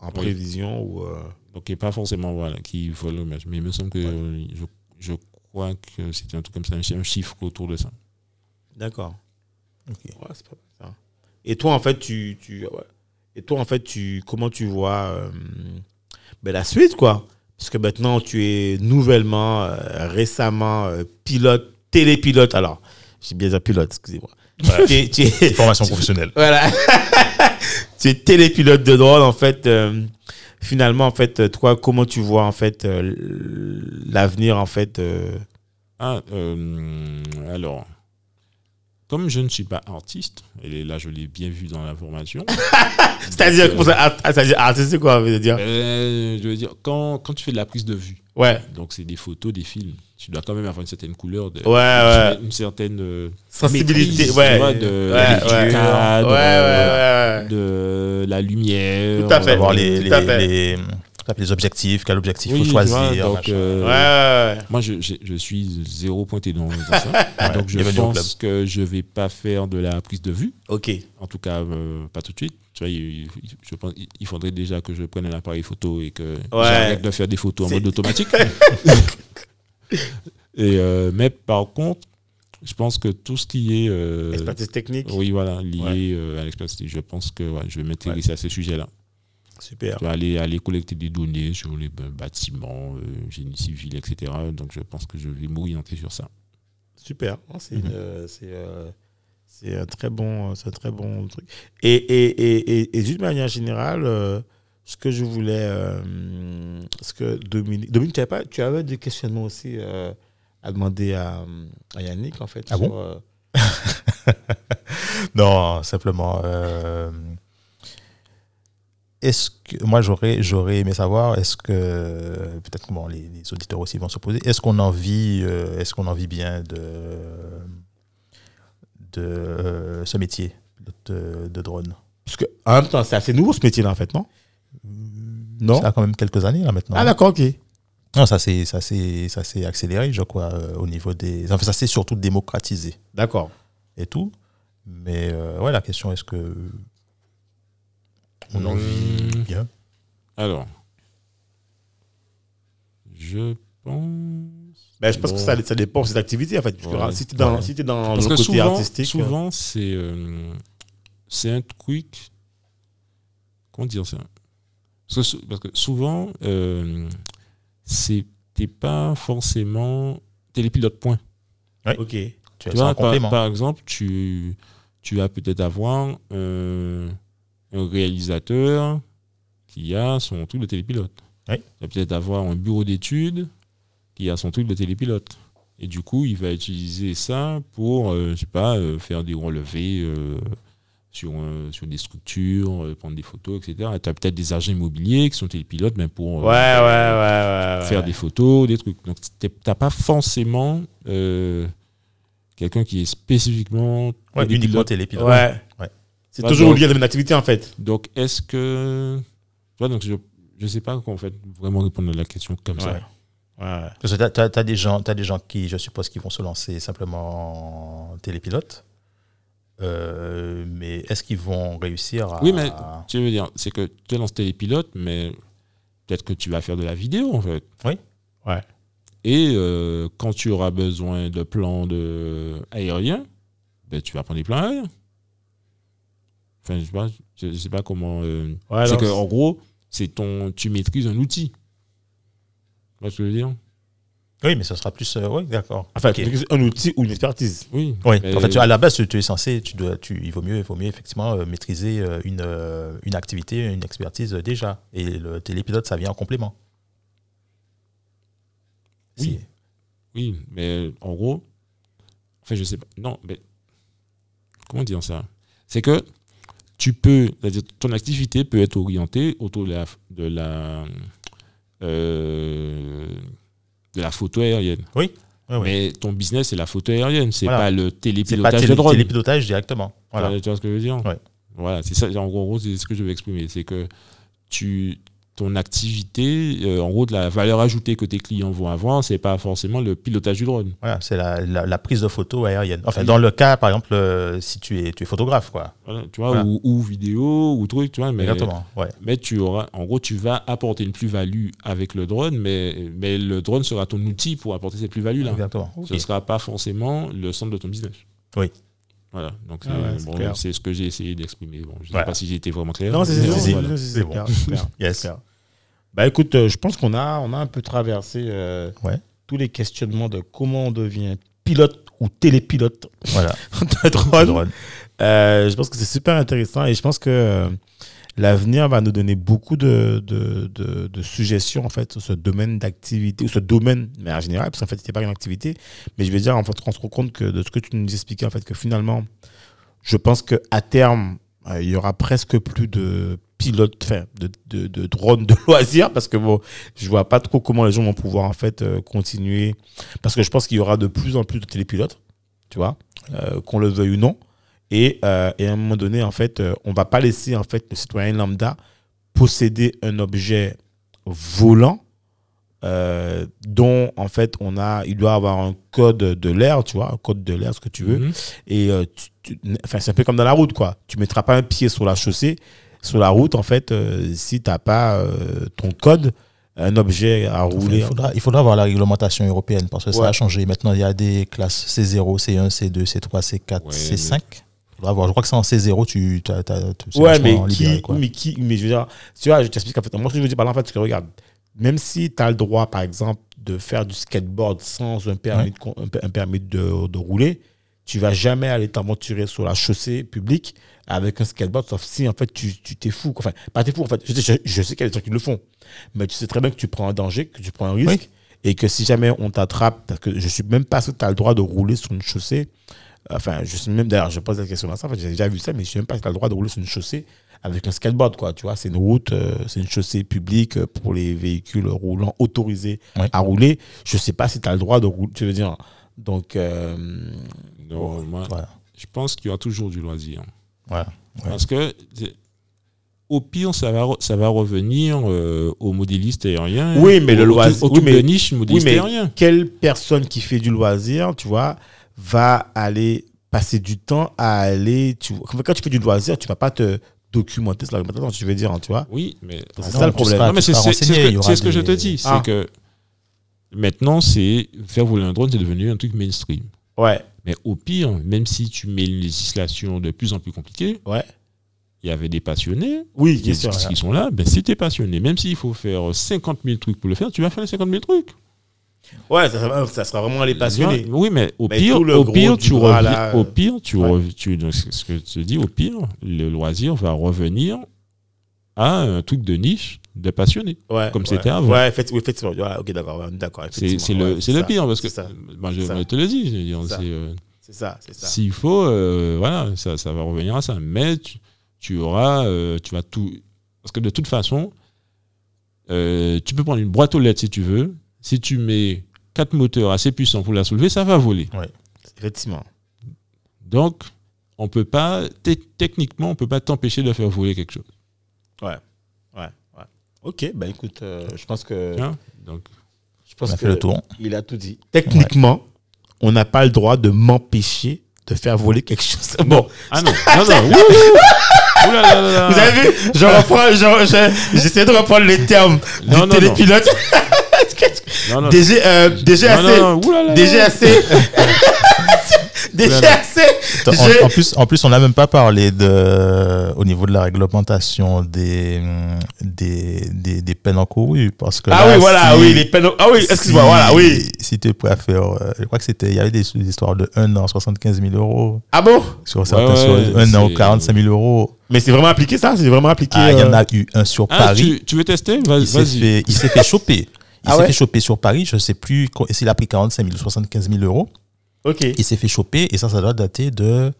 [SPEAKER 1] en
[SPEAKER 3] Oui.
[SPEAKER 1] prévision ou. euh,
[SPEAKER 3] Donc, et pas forcément voilà, qui vole au match. Mais il me semble que euh, je, je crois que c'était un truc comme ça, un chiffre autour de ça.
[SPEAKER 1] D'accord. Ouais, c'est pas mal, ça. Et toi, en fait, tu, tu ouais. et toi, en fait, tu comment tu vois euh, ben, la suite, quoi Parce que maintenant, tu es nouvellement, euh, récemment euh, pilote, télépilote. Alors, j'ai bien dit pilote, excusez-moi. Tu es- tu es-
[SPEAKER 2] Formation professionnelle.
[SPEAKER 1] Voilà. tu es télépilote de drone, en fait. euh, finalement, en fait, toi, comment tu vois, en fait, euh, l'avenir, en fait euh,
[SPEAKER 3] Ah, euh, alors. Comme je ne suis pas artiste, et là je l'ai bien vu dans la formation.
[SPEAKER 1] C'est-à-dire,
[SPEAKER 3] Donc,
[SPEAKER 1] comment ça- ah, ah, c'est-à-dire, ah, c'est- c'est quoi, je veux dire
[SPEAKER 3] euh, je veux dire, quand, quand tu fais de la prise de vue,
[SPEAKER 1] Ouais,
[SPEAKER 3] Donc c'est des photos, des films. Tu dois quand même avoir une certaine couleur, de,
[SPEAKER 1] ouais, ouais.
[SPEAKER 3] une certaine euh,
[SPEAKER 1] Sensibilité,
[SPEAKER 3] maîtrise,
[SPEAKER 1] ouais.
[SPEAKER 3] tu vois, de,
[SPEAKER 1] ouais,
[SPEAKER 3] du
[SPEAKER 1] ouais.
[SPEAKER 3] cadre,
[SPEAKER 1] ouais, ouais, ouais, ouais.
[SPEAKER 3] de la lumière,
[SPEAKER 1] Tout à fait.
[SPEAKER 2] Avoir
[SPEAKER 3] d'avoir
[SPEAKER 1] Tout
[SPEAKER 2] les,
[SPEAKER 1] à
[SPEAKER 2] les,
[SPEAKER 1] fait.
[SPEAKER 2] les, taper les objectifs, quel objectif
[SPEAKER 3] Oui,
[SPEAKER 2] faut
[SPEAKER 3] tu
[SPEAKER 2] choisir.
[SPEAKER 3] vois, donc,
[SPEAKER 2] machin.
[SPEAKER 3] euh,
[SPEAKER 1] ouais, ouais.
[SPEAKER 3] Moi, je, je, je suis zéro pointé dans, dans ça.
[SPEAKER 2] Ouais,
[SPEAKER 3] donc, je
[SPEAKER 2] bienvenue au club.
[SPEAKER 3] pense que je vais pas faire de la prise de vue.
[SPEAKER 1] Ok.
[SPEAKER 3] En tout cas, euh, pas tout de suite. Tu vois, il, il- je pense, il- il faudrait déjà que je prenne un appareil photo et que j'arrête de faire des photos en
[SPEAKER 1] C'est-
[SPEAKER 3] mode automatique. et, euh, mais par contre, je pense que tout ce qui est. euh,
[SPEAKER 1] Expertise technique.
[SPEAKER 3] oui, voilà, lié
[SPEAKER 1] Ouais.
[SPEAKER 3] euh, à l'expertise, je pense que ouais, je vais m'intéresser à ces sujets-là.
[SPEAKER 1] Super.
[SPEAKER 3] Tu vas aller, aller collecter des données sur les b- bâtiments, euh, génie civil, etc. Donc je pense que je vais m'orienter sur ça.
[SPEAKER 1] Super. Oh, C'est
[SPEAKER 3] Mhm.
[SPEAKER 1] une, euh, c'est, euh, c'est un très bon, euh, c'est un très bon truc. Et, et, et, et, et d'une manière générale, euh, ce que je voulais, euh, ce que Dominique, Dominique, tu avais, pas, tu avais des questionnements aussi euh, à demander à, à Yannick en fait.
[SPEAKER 2] Ah bon
[SPEAKER 1] euh,
[SPEAKER 2] Non, simplement. euh, est-ce que moi j'aurais j'aurais aimé savoir est-ce que peut-être que bon, les, les auditeurs aussi vont se poser est-ce qu'on en vit euh, est-ce qu'on en vit bien de de euh, ce métier de, de drone
[SPEAKER 1] parce que en même temps, c'est assez nouveau ce métier-là en fait, non Non.
[SPEAKER 2] ça a quand même quelques années là maintenant
[SPEAKER 1] Ah d'accord, ok.
[SPEAKER 2] non ça c'est ça s'est- ça s'est accéléré je crois euh, au niveau des enfin ça s'est surtout démocratisé
[SPEAKER 1] D'accord.
[SPEAKER 2] et tout mais euh, ouais la question est-ce que on en vit
[SPEAKER 1] Euh,
[SPEAKER 3] Hum.
[SPEAKER 2] bien
[SPEAKER 3] Alors, je pense.
[SPEAKER 1] Ben, je pense que
[SPEAKER 3] Bon.
[SPEAKER 1] ça, ça dépend de ses activités en fait. Parce que
[SPEAKER 3] Ouais.
[SPEAKER 1] si tu es dans,
[SPEAKER 2] Ouais.
[SPEAKER 1] si t'es dans
[SPEAKER 3] Parce
[SPEAKER 1] le
[SPEAKER 3] que
[SPEAKER 1] côté
[SPEAKER 3] souvent,
[SPEAKER 1] artistique, hein.
[SPEAKER 3] souvent c'est euh, c'est un truc. Comment dire ça parce que, sou- parce que souvent, euh, c'est- t'es pas forcément télépilote point.
[SPEAKER 1] hein. ok.
[SPEAKER 2] tu as
[SPEAKER 3] Tu
[SPEAKER 2] ça
[SPEAKER 3] vois,
[SPEAKER 2] en
[SPEAKER 3] par,
[SPEAKER 2] complément
[SPEAKER 3] par exemple, tu, tu vas peut-être avoir euh, un réalisateur qui a son truc de télépilote.
[SPEAKER 2] Oui.
[SPEAKER 3] Tu vas peut-être avoir un bureau d'études qui a son truc de télépilote. Et du coup, il va utiliser ça pour, euh, je sais pas, euh, faire des relevés euh, sur, euh, sur des structures, euh, prendre des photos, etc. Tu as peut-être des agents immobiliers qui sont télépilotes, mais pour euh,
[SPEAKER 1] Ouais, ouais, ouais, ouais. ouais,
[SPEAKER 3] faire
[SPEAKER 1] ouais.
[SPEAKER 3] des photos, des trucs. Donc, t'es- t'as pas forcément euh, quelqu'un qui est spécifiquement.
[SPEAKER 2] Ouais,
[SPEAKER 3] télépilote.
[SPEAKER 2] uniquement télépilote.
[SPEAKER 1] Ouais.
[SPEAKER 2] Ouais.
[SPEAKER 1] C'est
[SPEAKER 3] Pas
[SPEAKER 1] toujours
[SPEAKER 3] donc-
[SPEAKER 1] lié à la même activité en fait.
[SPEAKER 3] Donc, est-ce que. Tu vois, donc je, je sais pas en fait vraiment répondre à la question comme ça.
[SPEAKER 1] Ouais.
[SPEAKER 2] Parce que tu as, des gens, t'as des gens qui, je suppose, qui vont se lancer simplement en télépilote. Euh, mais est-ce qu'ils vont réussir à.
[SPEAKER 3] Oui, mais tu veux dire, c'est que tu te lances télépilote, mais peut-être que tu vas faire de la vidéo en fait.
[SPEAKER 2] Oui.
[SPEAKER 1] Ouais.
[SPEAKER 3] Et euh, quand tu auras besoin de plans de aériens, ben, tu vas prendre des plans aériens. Enfin, je sais pas, je, je sais pas comment. euh,
[SPEAKER 1] Ouais,
[SPEAKER 3] c'est
[SPEAKER 1] non,
[SPEAKER 3] que en gros, c'est ton, tu maîtrises un outil. Tu vois ce que je veux dire
[SPEAKER 2] Oui, mais ce sera plus. euh, oui, d'accord.
[SPEAKER 1] Enfin,
[SPEAKER 2] Ok.
[SPEAKER 1] c'est un outil ou une expertise.
[SPEAKER 3] Oui.
[SPEAKER 2] Oui,
[SPEAKER 3] Mais-
[SPEAKER 2] en fait, tu- à la base, tu es censé, tu dois, tu, il, vaut mieux, il vaut mieux effectivement euh, maîtriser euh, une, euh, une activité, une expertise euh, déjà. Et le télépilote, ça vient en complément.
[SPEAKER 3] Oui. Oui, mais en gros, enfin, je sais pas. Non, mais comment dire ça C'est que tu peux, c'est-à-dire ton activité peut être orientée autour de la, de la, euh, de la photo aérienne.
[SPEAKER 2] C'est ouais, ouais.
[SPEAKER 3] Mais ton business, c'est la photo aérienne, c'est
[SPEAKER 2] Voilà.
[SPEAKER 3] pas
[SPEAKER 2] C'est
[SPEAKER 3] le
[SPEAKER 2] pas
[SPEAKER 3] télépilotage de
[SPEAKER 2] télé-
[SPEAKER 3] drone.
[SPEAKER 2] télépilotage directement. Voilà.
[SPEAKER 3] Tu vois ce que je veux dire
[SPEAKER 2] Ouais.
[SPEAKER 3] Voilà, c'est ça, en gros, en gros, c'est ce que je veux exprimer. C'est que tu, ton activité, euh, en gros, de la valeur ajoutée que tes clients vont avoir, c'est pas forcément le pilotage du drone.
[SPEAKER 2] Voilà, c'est la, la- la prise de photo aérienne. Enfin, dans le cas, par exemple, euh, si tu es, tu es photographe, quoi.
[SPEAKER 3] Voilà, tu vois,
[SPEAKER 2] Voilà.
[SPEAKER 3] Ou, ou vidéo, ou truc, tu vois. Mais,
[SPEAKER 2] Exactement. Ouais.
[SPEAKER 3] mais tu auras, en gros, tu vas apporter une plus-value avec le drone, mais, mais le drone sera ton outil pour apporter cette plus-value-là.
[SPEAKER 2] Exactement. Ok.
[SPEAKER 3] Ce ne sera pas forcément le centre de ton business.
[SPEAKER 2] Oui.
[SPEAKER 3] Voilà, donc c'est
[SPEAKER 1] Ah ouais, c'est
[SPEAKER 3] bon,
[SPEAKER 1] clair.
[SPEAKER 3] c'est ce que j'ai essayé d'exprimer. Bon, je ne
[SPEAKER 2] Voilà.
[SPEAKER 3] sais pas si j'ai été vraiment clair.
[SPEAKER 1] Non, c'est
[SPEAKER 3] mais
[SPEAKER 2] c'est- c'est-
[SPEAKER 3] voilà.
[SPEAKER 2] c'est bon.
[SPEAKER 1] clair, c'est clair,
[SPEAKER 2] Yes.
[SPEAKER 1] c'est clair. Bah écoute, euh, je pense qu'on a, on a un peu traversé euh,
[SPEAKER 2] Ouais.
[SPEAKER 1] tous les questionnements de comment on devient pilote ou télépilote
[SPEAKER 2] Voilà.
[SPEAKER 1] de drone.
[SPEAKER 2] Drone.
[SPEAKER 1] Euh, je pense que c'est super intéressant et je pense que euh, l'avenir va nous donner beaucoup de, de, de- de suggestions en fait sur ce domaine d'activité ou ce domaine mais en général parce qu'en fait c'était pas une activité mais je veux dire en fait on se rend compte que de ce que tu nous expliquais en fait que finalement je pense que à terme euh, il y aura presque plus de pilotes enfin, de, de, de drones de loisirs parce que bon je vois pas trop comment les gens vont pouvoir en fait euh, continuer parce que je pense qu'il y aura de plus en plus de télépilotes tu vois euh, qu'on le veuille ou non et, euh, et à un moment donné, en fait, euh, on va pas laisser en fait, le citoyen lambda posséder un objet volant euh, dont en fait on a il doit avoir un code de l'air tu vois un code de l'air ce que tu veux
[SPEAKER 3] Mhm.
[SPEAKER 1] et euh, tu- tu- enfin c'est un peu comme dans la route quoi tu mettras pas un pied sur la chaussée sur la route en fait euh, si t'as pas euh, ton code un objet à rouler hein.
[SPEAKER 2] Il faudra, il faudra avoir la réglementation européenne parce que
[SPEAKER 1] Ouais.
[SPEAKER 2] ça a changé. Maintenant, il y a des classes C0, C1, C2, C3, C4,
[SPEAKER 3] Ouais,
[SPEAKER 2] C5. Faudra voir. Je crois que c'est en C0, tu t'as- t'as- tu- c'est
[SPEAKER 1] ouais
[SPEAKER 2] vachement
[SPEAKER 1] mais qui
[SPEAKER 2] libéré, quoi.
[SPEAKER 1] mais qui mais je veux dire tu vois je t'explique en fait moi ce que je veux dire par là en fait c'est que regarde même si tu as le droit par exemple de faire du skateboard sans un permis
[SPEAKER 2] Ouais.
[SPEAKER 1] de, con- un per- un permis de, de rouler tu vas jamais aller t'aventurer sur la chaussée publique avec un skateboard sauf si en fait tu tu t'es fou quoi. enfin pas t'es fou en fait je, je- je sais qu'il y a des gens qui le font mais tu sais très bien que tu prends un danger que tu prends un risque et que si jamais on t'attrape parce que je suis même pas sûr que tu as le droit de rouler sur une chaussée enfin je sais même d'ailleurs je pose la question à ça en fait, j'ai déjà vu ça mais je sais même pas si tu as le droit de rouler sur une chaussée avec un skateboard quoi tu vois c'est une route euh, c'est une chaussée publique euh, pour les véhicules roulants autorisés
[SPEAKER 2] Ouais.
[SPEAKER 1] à rouler je sais pas si tu as le droit de rouler tu veux dire donc euh,
[SPEAKER 3] Non, moi,
[SPEAKER 2] Voilà.
[SPEAKER 3] je pense qu'il y aura toujours du loisir.
[SPEAKER 2] Voilà. Ouais.
[SPEAKER 3] Parce que, c'est- au pire, ça va, re- ça va revenir euh, aux modélistes aériens.
[SPEAKER 1] Oui, mais
[SPEAKER 3] au-
[SPEAKER 1] le
[SPEAKER 3] au-
[SPEAKER 1] loisir-
[SPEAKER 3] Au
[SPEAKER 1] oui,
[SPEAKER 3] club
[SPEAKER 1] mais-
[SPEAKER 3] de niche modéliste
[SPEAKER 1] oui, mais-
[SPEAKER 3] aérien.
[SPEAKER 1] quelle personne qui fait du loisir tu vois va aller passer du temps à aller tu vois, quand tu fais du loisir tu vas pas te documenter sur la documentation tu veux dire hein, tu vois
[SPEAKER 3] Oui, mais
[SPEAKER 1] c'est
[SPEAKER 2] Ah
[SPEAKER 1] ça
[SPEAKER 2] non,
[SPEAKER 1] le
[SPEAKER 2] tu
[SPEAKER 1] problème
[SPEAKER 2] seras-
[SPEAKER 3] Non, mais c'est
[SPEAKER 2] seras
[SPEAKER 3] c'est- c'est ce
[SPEAKER 2] renseigné, il y
[SPEAKER 3] que,
[SPEAKER 2] aura
[SPEAKER 3] c'est ce que je te
[SPEAKER 2] des-
[SPEAKER 3] dis.
[SPEAKER 1] Ah.
[SPEAKER 3] C'est que maintenant, c'est faire voler un drone, c'est devenu un truc mainstream.
[SPEAKER 1] ouais
[SPEAKER 3] Mais au pire, même si tu mets une législation de plus en plus compliquée,
[SPEAKER 1] ouais
[SPEAKER 3] il y avait des passionnés
[SPEAKER 1] oui
[SPEAKER 3] qui,
[SPEAKER 1] bien sûr
[SPEAKER 3] qui- qui sont là. Ben, si tu es passionné, même s'il faut faire 50 000 trucs pour le faire, tu vas faire les 50 000 trucs.
[SPEAKER 1] ouais ça, sera- ça sera vraiment les passionnés
[SPEAKER 3] Non, Oui, mais au
[SPEAKER 1] Mais
[SPEAKER 3] pire,
[SPEAKER 1] tout le
[SPEAKER 3] au
[SPEAKER 1] gros
[SPEAKER 3] pire,
[SPEAKER 1] du
[SPEAKER 3] tu
[SPEAKER 1] bras,
[SPEAKER 3] reviens-
[SPEAKER 1] là, euh,
[SPEAKER 3] au pire, tu
[SPEAKER 1] ouais.
[SPEAKER 3] rev- tu- donc, c'est ce que tu dis, au pire, le loisir va revenir à un truc de niche de passionné.
[SPEAKER 1] Ouais,
[SPEAKER 3] comme
[SPEAKER 1] ouais.
[SPEAKER 3] c'était avant.
[SPEAKER 1] Ouais, effectivement. oui, effectivement. Ouais, ok, d'accord, ouais, on est d'accord.
[SPEAKER 3] C'est
[SPEAKER 1] effectivement,
[SPEAKER 3] c'est
[SPEAKER 1] ouais,
[SPEAKER 3] le, c'est le
[SPEAKER 1] ça,
[SPEAKER 3] pire parce que
[SPEAKER 1] c'est ça,
[SPEAKER 3] ben, je,
[SPEAKER 1] ça.
[SPEAKER 3] je te le dis, je veux dire,
[SPEAKER 1] Ça.
[SPEAKER 3] c'est, euh,
[SPEAKER 1] C'est ça, c'est ça.
[SPEAKER 3] s'il faut, euh, voilà, ça, ça va revenir à ça. Mais tu, tu auras, euh, tu vas tout, parce que de toute façon, euh, tu peux prendre une boîte aux lettres si tu veux. Si tu mets quatre moteurs assez puissants pour la soulever, ça va voler.
[SPEAKER 1] Effectivement.
[SPEAKER 3] Donc, on peut pas, te- techniquement, on peut pas t'empêcher de faire voler quelque chose.
[SPEAKER 1] Ouais, ouais. Ok, bah écoute, euh, je pense que.
[SPEAKER 3] Hein Donc,
[SPEAKER 1] Je
[SPEAKER 2] On
[SPEAKER 1] pense
[SPEAKER 2] a fait le tour.
[SPEAKER 1] Il a tout dit. Techniquement, on n'a pas le droit de m'empêcher de faire voler quelque chose. Bon,
[SPEAKER 3] ah non, non, non, ouh, ouh là là là là.
[SPEAKER 1] vous avez vu
[SPEAKER 3] Ah.
[SPEAKER 1] Je reprends, je- je- j'essaie de reprendre les termes du
[SPEAKER 3] Non, non, non.
[SPEAKER 1] télépilote.
[SPEAKER 3] non, non,
[SPEAKER 1] DG, euh,
[SPEAKER 3] non, non,
[SPEAKER 1] DGAC.
[SPEAKER 3] non, ouh là là là.
[SPEAKER 1] DGAC. DGAC.
[SPEAKER 2] En,
[SPEAKER 1] Je-
[SPEAKER 2] en plus, en plus, on n'a même pas parlé de, au niveau de la réglementation des, hum, des, des, des peines encourues. Parce que
[SPEAKER 1] Ah
[SPEAKER 2] là,
[SPEAKER 1] oui, voilà,
[SPEAKER 2] si-
[SPEAKER 1] oui, les pénaux. Ah oui, excuse-moi,
[SPEAKER 2] si-
[SPEAKER 1] voilà, oui.
[SPEAKER 2] Si tu préfères, euh, je crois que c'était, il y avait des histoires de 1 an, 75 000 euros.
[SPEAKER 1] Ah bon
[SPEAKER 2] Sur certains,
[SPEAKER 3] ouais,
[SPEAKER 2] sur 1 an,
[SPEAKER 3] c'est-
[SPEAKER 2] 45 000 euros.
[SPEAKER 1] Mais c'est vraiment appliqué ça C'est vraiment appliqué
[SPEAKER 2] Ah, il y en
[SPEAKER 1] euh,
[SPEAKER 2] a eu un sur
[SPEAKER 3] Ah,
[SPEAKER 2] Paris.
[SPEAKER 3] tu, tu veux tester Vas-
[SPEAKER 2] Il s'est
[SPEAKER 3] Vas-y.
[SPEAKER 2] fait, il s'est fait choper. Il
[SPEAKER 1] Ah
[SPEAKER 2] s'est
[SPEAKER 1] ouais
[SPEAKER 2] fait choper sur Paris, je sais plus co- s'il a pris 45 000 ou 75 000 euros.
[SPEAKER 1] Ok.
[SPEAKER 2] Il s'est fait choper et ça, ça doit dater de,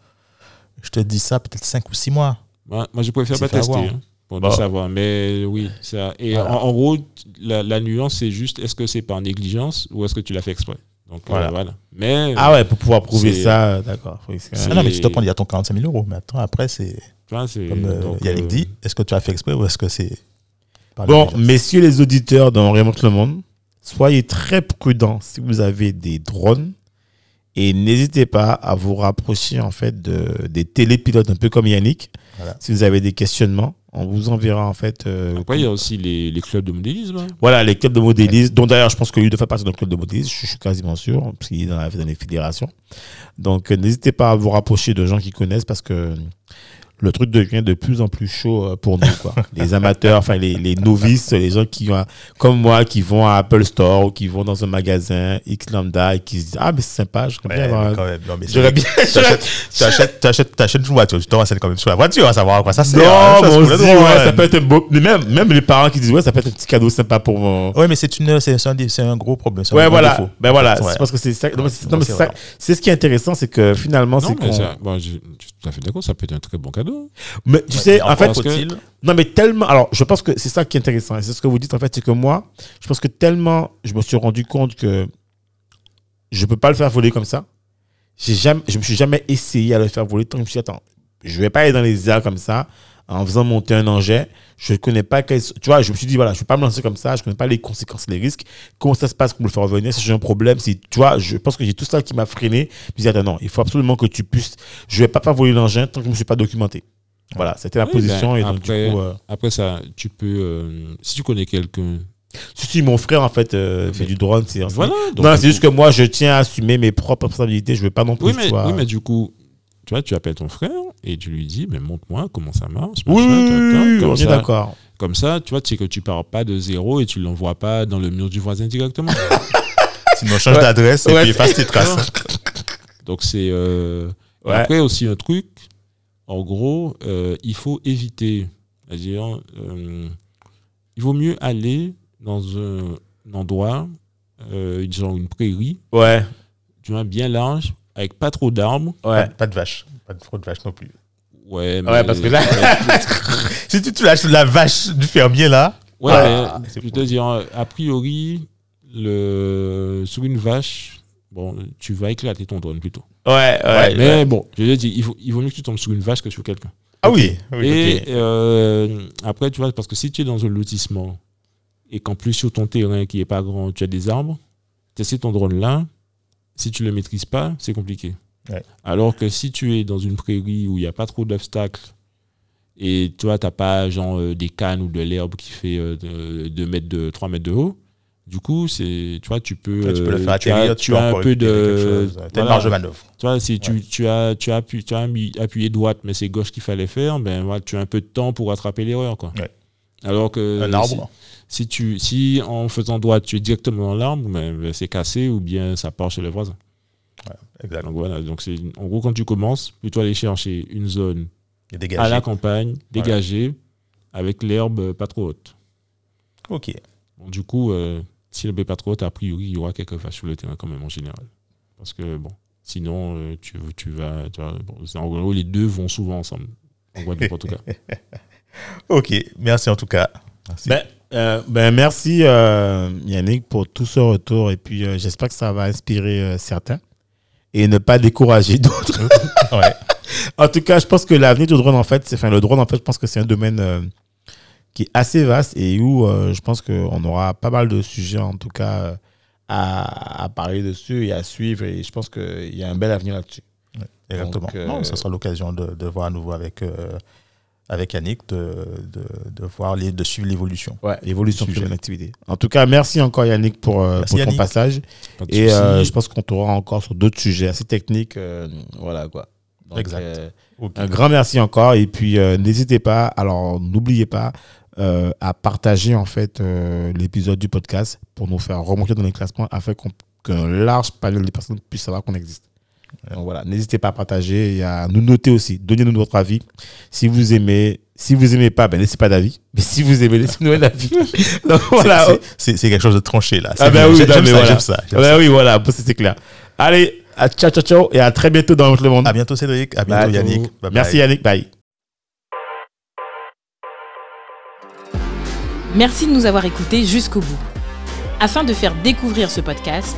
[SPEAKER 2] je te dis ça, peut-être 5 ou 6 mois.
[SPEAKER 3] Moi, moi, je préfère
[SPEAKER 2] C'est
[SPEAKER 3] pas
[SPEAKER 2] fait
[SPEAKER 3] tester.
[SPEAKER 2] avoir.
[SPEAKER 3] hein, pour
[SPEAKER 2] Bon.
[SPEAKER 3] ne savoir. Mais oui, ça. Et
[SPEAKER 2] Voilà.
[SPEAKER 3] en, en gros, la, la nuance, c'est juste est-ce que c'est par négligence ou est-ce que tu l'as fait exprès Donc, euh, voilà.
[SPEAKER 1] Voilà.
[SPEAKER 3] Mais,
[SPEAKER 1] Ah ouais, pour pouvoir prouver
[SPEAKER 3] C'est-
[SPEAKER 1] ça, euh, d'accord. Faut que c'est-
[SPEAKER 3] C'est-
[SPEAKER 2] Ah non, mais tu te prends, il y a ton 45 000 euros. Mais attends, après, c'est
[SPEAKER 3] tu vois, c'est.
[SPEAKER 2] comme euh,
[SPEAKER 3] donc,
[SPEAKER 2] Yannick
[SPEAKER 3] euh,
[SPEAKER 2] dit est-ce que tu as fait exprès ou est-ce que c'est. par
[SPEAKER 1] Bon,
[SPEAKER 2] négligence
[SPEAKER 1] messieurs les auditeurs dans Remonte le Monde, soyez très prudents si vous avez des drones et n'hésitez pas à vous rapprocher en fait de, des télépilotes, un peu comme Yannick.
[SPEAKER 2] Voilà.
[SPEAKER 1] Si vous avez des questionnements, on vous enverra en fait. euh,
[SPEAKER 3] Après, il y a aussi les, les clubs de modélisme. hein.
[SPEAKER 1] Voilà, les clubs de modélisme, dont d'ailleurs je pense que lui doit faire partie d'un club de modélisme, je suis quasiment sûr, parce qu'il est dans, la- dans les fédérations. Donc euh, n'hésitez pas à vous rapprocher de gens qui connaissent parce que le truc devient de plus en plus chaud euh, pour nous. Quoi. les amateurs, enfin les, les novices, les gens qui ont, comme moi, qui vont à Apple Store ou qui vont dans un magasin X Lambda et qui se disent Ah, mais c'est sympa, je
[SPEAKER 2] Ouais,
[SPEAKER 1] bien. hein. avoir
[SPEAKER 2] Ben, mais
[SPEAKER 1] un-
[SPEAKER 2] quand même, non, mais
[SPEAKER 1] J'aurais bien.
[SPEAKER 2] Tu achètes, tu achètes, tu achètes, tu achètes une voiture, tu te renseignes quand même sur la voiture, à savoir à quoi ça sert.
[SPEAKER 1] Non,
[SPEAKER 2] hein,
[SPEAKER 1] mais
[SPEAKER 2] ça,
[SPEAKER 1] on
[SPEAKER 2] c'est
[SPEAKER 1] se dit,
[SPEAKER 2] drôle,
[SPEAKER 1] ouais,
[SPEAKER 2] hein.
[SPEAKER 1] ça peut être un beau. mais Même, même les parents qui disent Ouais, ça peut être un petit cadeau sympa pour mon.
[SPEAKER 2] Ouais, mais c'est une, c'est c'est un, dé- c'est un gros problème. c'est un
[SPEAKER 1] Ouais,
[SPEAKER 2] gros
[SPEAKER 1] voilà.
[SPEAKER 2] défaut.
[SPEAKER 1] Ben voilà,
[SPEAKER 2] Ouais.
[SPEAKER 1] c'est parce que c'est ça. non, mais c'est- non, mais
[SPEAKER 2] C'est
[SPEAKER 1] c'est ça-
[SPEAKER 2] vrai.
[SPEAKER 1] c'est ce qui est intéressant, c'est que finalement, c'est
[SPEAKER 3] Non, mais
[SPEAKER 1] qu'on.
[SPEAKER 3] ça- bon, je, je suis tout à fait d'accord, ça peut être un très bon cadeau.
[SPEAKER 1] Mais tu
[SPEAKER 2] Ouais,
[SPEAKER 1] sais,
[SPEAKER 2] mais
[SPEAKER 1] en fait,
[SPEAKER 3] parce que-
[SPEAKER 2] faut-il-
[SPEAKER 1] non, mais tellement. Alors, je pense que c'est ça qui est intéressant. Et c'est ce que vous dites, en fait, c'est que moi, je pense que tellement je me suis rendu compte que je peux pas le faire voler comme ça. J'ai jamais, je me suis jamais essayé à le faire voler tant que je me suis dit, attends, je vais pas aller dans les airs comme ça en faisant monter un enjeu. Je ne connais pas. quelles- Tu vois, je me suis dit, voilà, je ne vais pas me lancer comme ça. Je ne connais pas les conséquences, les risques. Comment ça se passe pour le faire revenir Si j'ai un problème, si, tu vois, je pense que j'ai tout ça qui m'a freiné. Je me suis dit, attends, non, il faut absolument que tu puisses. Je ne vais pas pas voler l'engin tant que je ne me suis pas documenté. Voilà, c'était la
[SPEAKER 3] Oui,
[SPEAKER 1] position.
[SPEAKER 3] ben,
[SPEAKER 1] et donc,
[SPEAKER 3] après-
[SPEAKER 1] du coup, euh,
[SPEAKER 3] Après ça, tu peux. euh, si tu connais quelqu'un.
[SPEAKER 1] si, si, mon frère, en fait, euh, fait du drone. C'est,
[SPEAKER 3] Voilà. donc,
[SPEAKER 1] non,
[SPEAKER 3] du
[SPEAKER 1] c'est juste
[SPEAKER 3] coup-
[SPEAKER 1] que moi, je tiens à assumer mes propres responsabilités. Je ne veux pas non plus.
[SPEAKER 3] Oui
[SPEAKER 1] tu
[SPEAKER 3] mais,
[SPEAKER 1] vois.
[SPEAKER 3] oui, mais du coup, tu vois, tu appelles ton frère et tu lui dis mais montre-moi comment ça marche.
[SPEAKER 1] Oui,
[SPEAKER 3] machin,
[SPEAKER 1] oui,
[SPEAKER 3] tac, tac,
[SPEAKER 1] oui, oui,
[SPEAKER 3] comme
[SPEAKER 1] on est
[SPEAKER 3] ça,
[SPEAKER 1] d'accord.
[SPEAKER 3] Comme ça, tu vois, tu sais que tu pars pas de zéro et tu l'envoies pas dans le mur du voisin directement.
[SPEAKER 2] Sinon, change
[SPEAKER 1] Ouais.
[SPEAKER 2] d'adresse et
[SPEAKER 1] Ouais.
[SPEAKER 2] puis efface tes traces.
[SPEAKER 3] Donc c'est. euh, et
[SPEAKER 1] Ouais.
[SPEAKER 3] Après aussi un truc, en gros, euh, il faut éviter. C'est-à-dire, euh, il vaut mieux aller dans un, un endroit, euh, genre une prairie,
[SPEAKER 1] Ouais,
[SPEAKER 3] tu vois, bien large, avec pas trop d'arbres.
[SPEAKER 1] ouais.
[SPEAKER 2] Pas de vache. Pas de fraude vache non plus.
[SPEAKER 3] Ouais, mais-
[SPEAKER 1] Ouais, parce que là,
[SPEAKER 2] Si tu, tu lâches la vache du fermier là,
[SPEAKER 3] Ouais,
[SPEAKER 2] Ah,
[SPEAKER 3] mais
[SPEAKER 2] c'est
[SPEAKER 3] je veux
[SPEAKER 2] pour-
[SPEAKER 3] dire, a priori, le, sur une vache, bon, tu vas éclater ton drone plutôt.
[SPEAKER 1] ouais, ouais.
[SPEAKER 3] mais bon, je veux dire, il, faut- il vaut mieux que tu tombes sur une vache que sur quelqu'un.
[SPEAKER 2] ah oui, oui
[SPEAKER 3] et
[SPEAKER 2] ok.
[SPEAKER 3] euh, après, tu vois, parce que si tu es dans un lotissement et qu'en plus sur ton terrain qui est pas grand, tu as des arbres, tester ton drone là, si tu le maîtrises pas, c'est compliqué.
[SPEAKER 2] Ouais.
[SPEAKER 3] Alors que si tu es dans une prairie où il n'y a pas trop d'obstacles et tu vois, t'as pas genre euh, des cannes ou de l'herbe qui fait 2 mètres de 3 mètres de haut, du coup, c'est tu vois, tu peux,
[SPEAKER 2] Ouais, tu peux le
[SPEAKER 3] euh,
[SPEAKER 2] faire
[SPEAKER 3] as-
[SPEAKER 2] atterrir,
[SPEAKER 3] tu as un
[SPEAKER 2] encore
[SPEAKER 3] peu
[SPEAKER 2] récupérer quelque
[SPEAKER 3] de
[SPEAKER 2] chose. T'as une
[SPEAKER 3] voilà.
[SPEAKER 2] marge de manœuvre.
[SPEAKER 3] Tu vois, si tu, tu as, tu as, appu- tu as mis- appuyé droite, mais c'est gauche qu'il fallait faire, ben voilà, tu as un peu de temps pour attraper l'erreur. quoi.
[SPEAKER 2] Ouais.
[SPEAKER 3] Alors que
[SPEAKER 2] un arbre.
[SPEAKER 3] Si, si tu, si en faisant droite, tu es directement dans l'arbre, ben, ben, c'est cassé ou bien ça part chez le voisin.
[SPEAKER 2] Exact.
[SPEAKER 3] Donc voilà, donc c'est en gros quand tu commences, plutôt aller chercher une zone
[SPEAKER 2] Et
[SPEAKER 3] à la
[SPEAKER 2] dégager.
[SPEAKER 3] campagne, dégagée, avec l'herbe euh, pas trop haute.
[SPEAKER 2] Ok.
[SPEAKER 3] Bon, du coup, euh, si l'herbe est pas trop haute, a priori, il y aura quelques vaches sur le terrain quand même en général. Parce que bon, sinon, euh, tu, tu vas. tu vas- bon, c'est- en gros, les deux vont souvent ensemble. En Guadeloupe, en tout cas.
[SPEAKER 2] Ok. Merci en tout cas. Merci.
[SPEAKER 1] Ben, euh, ben, merci euh, Yannick pour tout ce retour et puis euh, j'espère que ça va inspirer euh, certains et ne pas décourager d'autres.
[SPEAKER 2] Ouais.
[SPEAKER 1] En tout cas, je pense que l'avenir du drone en fait, c'est enfin le drone en fait, je pense que c'est un domaine euh, qui est assez vaste et où euh, je pense qu'on aura pas mal de sujets en tout cas euh, à, à parler dessus et à suivre et je pense qu'il y a un bel avenir là-dessus.
[SPEAKER 2] Exactement.
[SPEAKER 1] Donc, euh,
[SPEAKER 2] Non, ça sera l'occasion de, de voir à nouveau avec, euh, avec Yannick, de, de, de voir les, de suivre l'évolution.
[SPEAKER 1] Ouais, l'évolution de
[SPEAKER 2] Sujet.
[SPEAKER 1] mon activité. En tout cas, merci encore Yannick pour, euh,
[SPEAKER 2] Merci,
[SPEAKER 1] pour ton
[SPEAKER 2] Yannick.
[SPEAKER 1] passage.
[SPEAKER 3] Pas de
[SPEAKER 1] Et
[SPEAKER 3] soucis.
[SPEAKER 1] euh, je pense qu'on tournera encore sur d'autres sujets assez techniques. euh, voilà quoi. Donc,
[SPEAKER 2] Exact.
[SPEAKER 1] euh,
[SPEAKER 2] Ok.
[SPEAKER 1] un grand merci encore. Et puis, euh, n'hésitez pas, alors n'oubliez pas euh, à partager en fait euh, l'épisode du podcast pour nous faire remonter dans les classements afin qu'on- qu'un large panel de personnes puisse savoir qu'on existe. Donc voilà, n'hésitez pas à partager et à nous noter aussi. Donnez-nous votre avis. Si vous aimez, si vous aimez pas, ben laissez pas d'avis. Mais si vous aimez, laissez-nous un avis. Donc
[SPEAKER 2] C'est-
[SPEAKER 1] voilà.
[SPEAKER 2] c'est- C'est c'est quelque chose de tranché là.
[SPEAKER 1] Ah
[SPEAKER 2] C'est
[SPEAKER 1] ben
[SPEAKER 2] bien.
[SPEAKER 1] oui,
[SPEAKER 2] J'aime-
[SPEAKER 1] non,
[SPEAKER 2] j'aime
[SPEAKER 1] mais
[SPEAKER 2] ça,
[SPEAKER 1] voilà. bah
[SPEAKER 2] j'aime ça, j'aime ça.
[SPEAKER 1] Ouais, Ah oui, voilà, bon, c'était clair. Allez, à ciao, ciao, ciao, et à très bientôt dans Entre le Monde.
[SPEAKER 2] À bientôt Cédric, à bientôt
[SPEAKER 1] Bye.
[SPEAKER 2] Yannick. Bye bye.
[SPEAKER 1] Bah, Merci Yannick, bye.
[SPEAKER 4] Merci de nous avoir écoutés jusqu'au bout. Afin de faire découvrir ce podcast,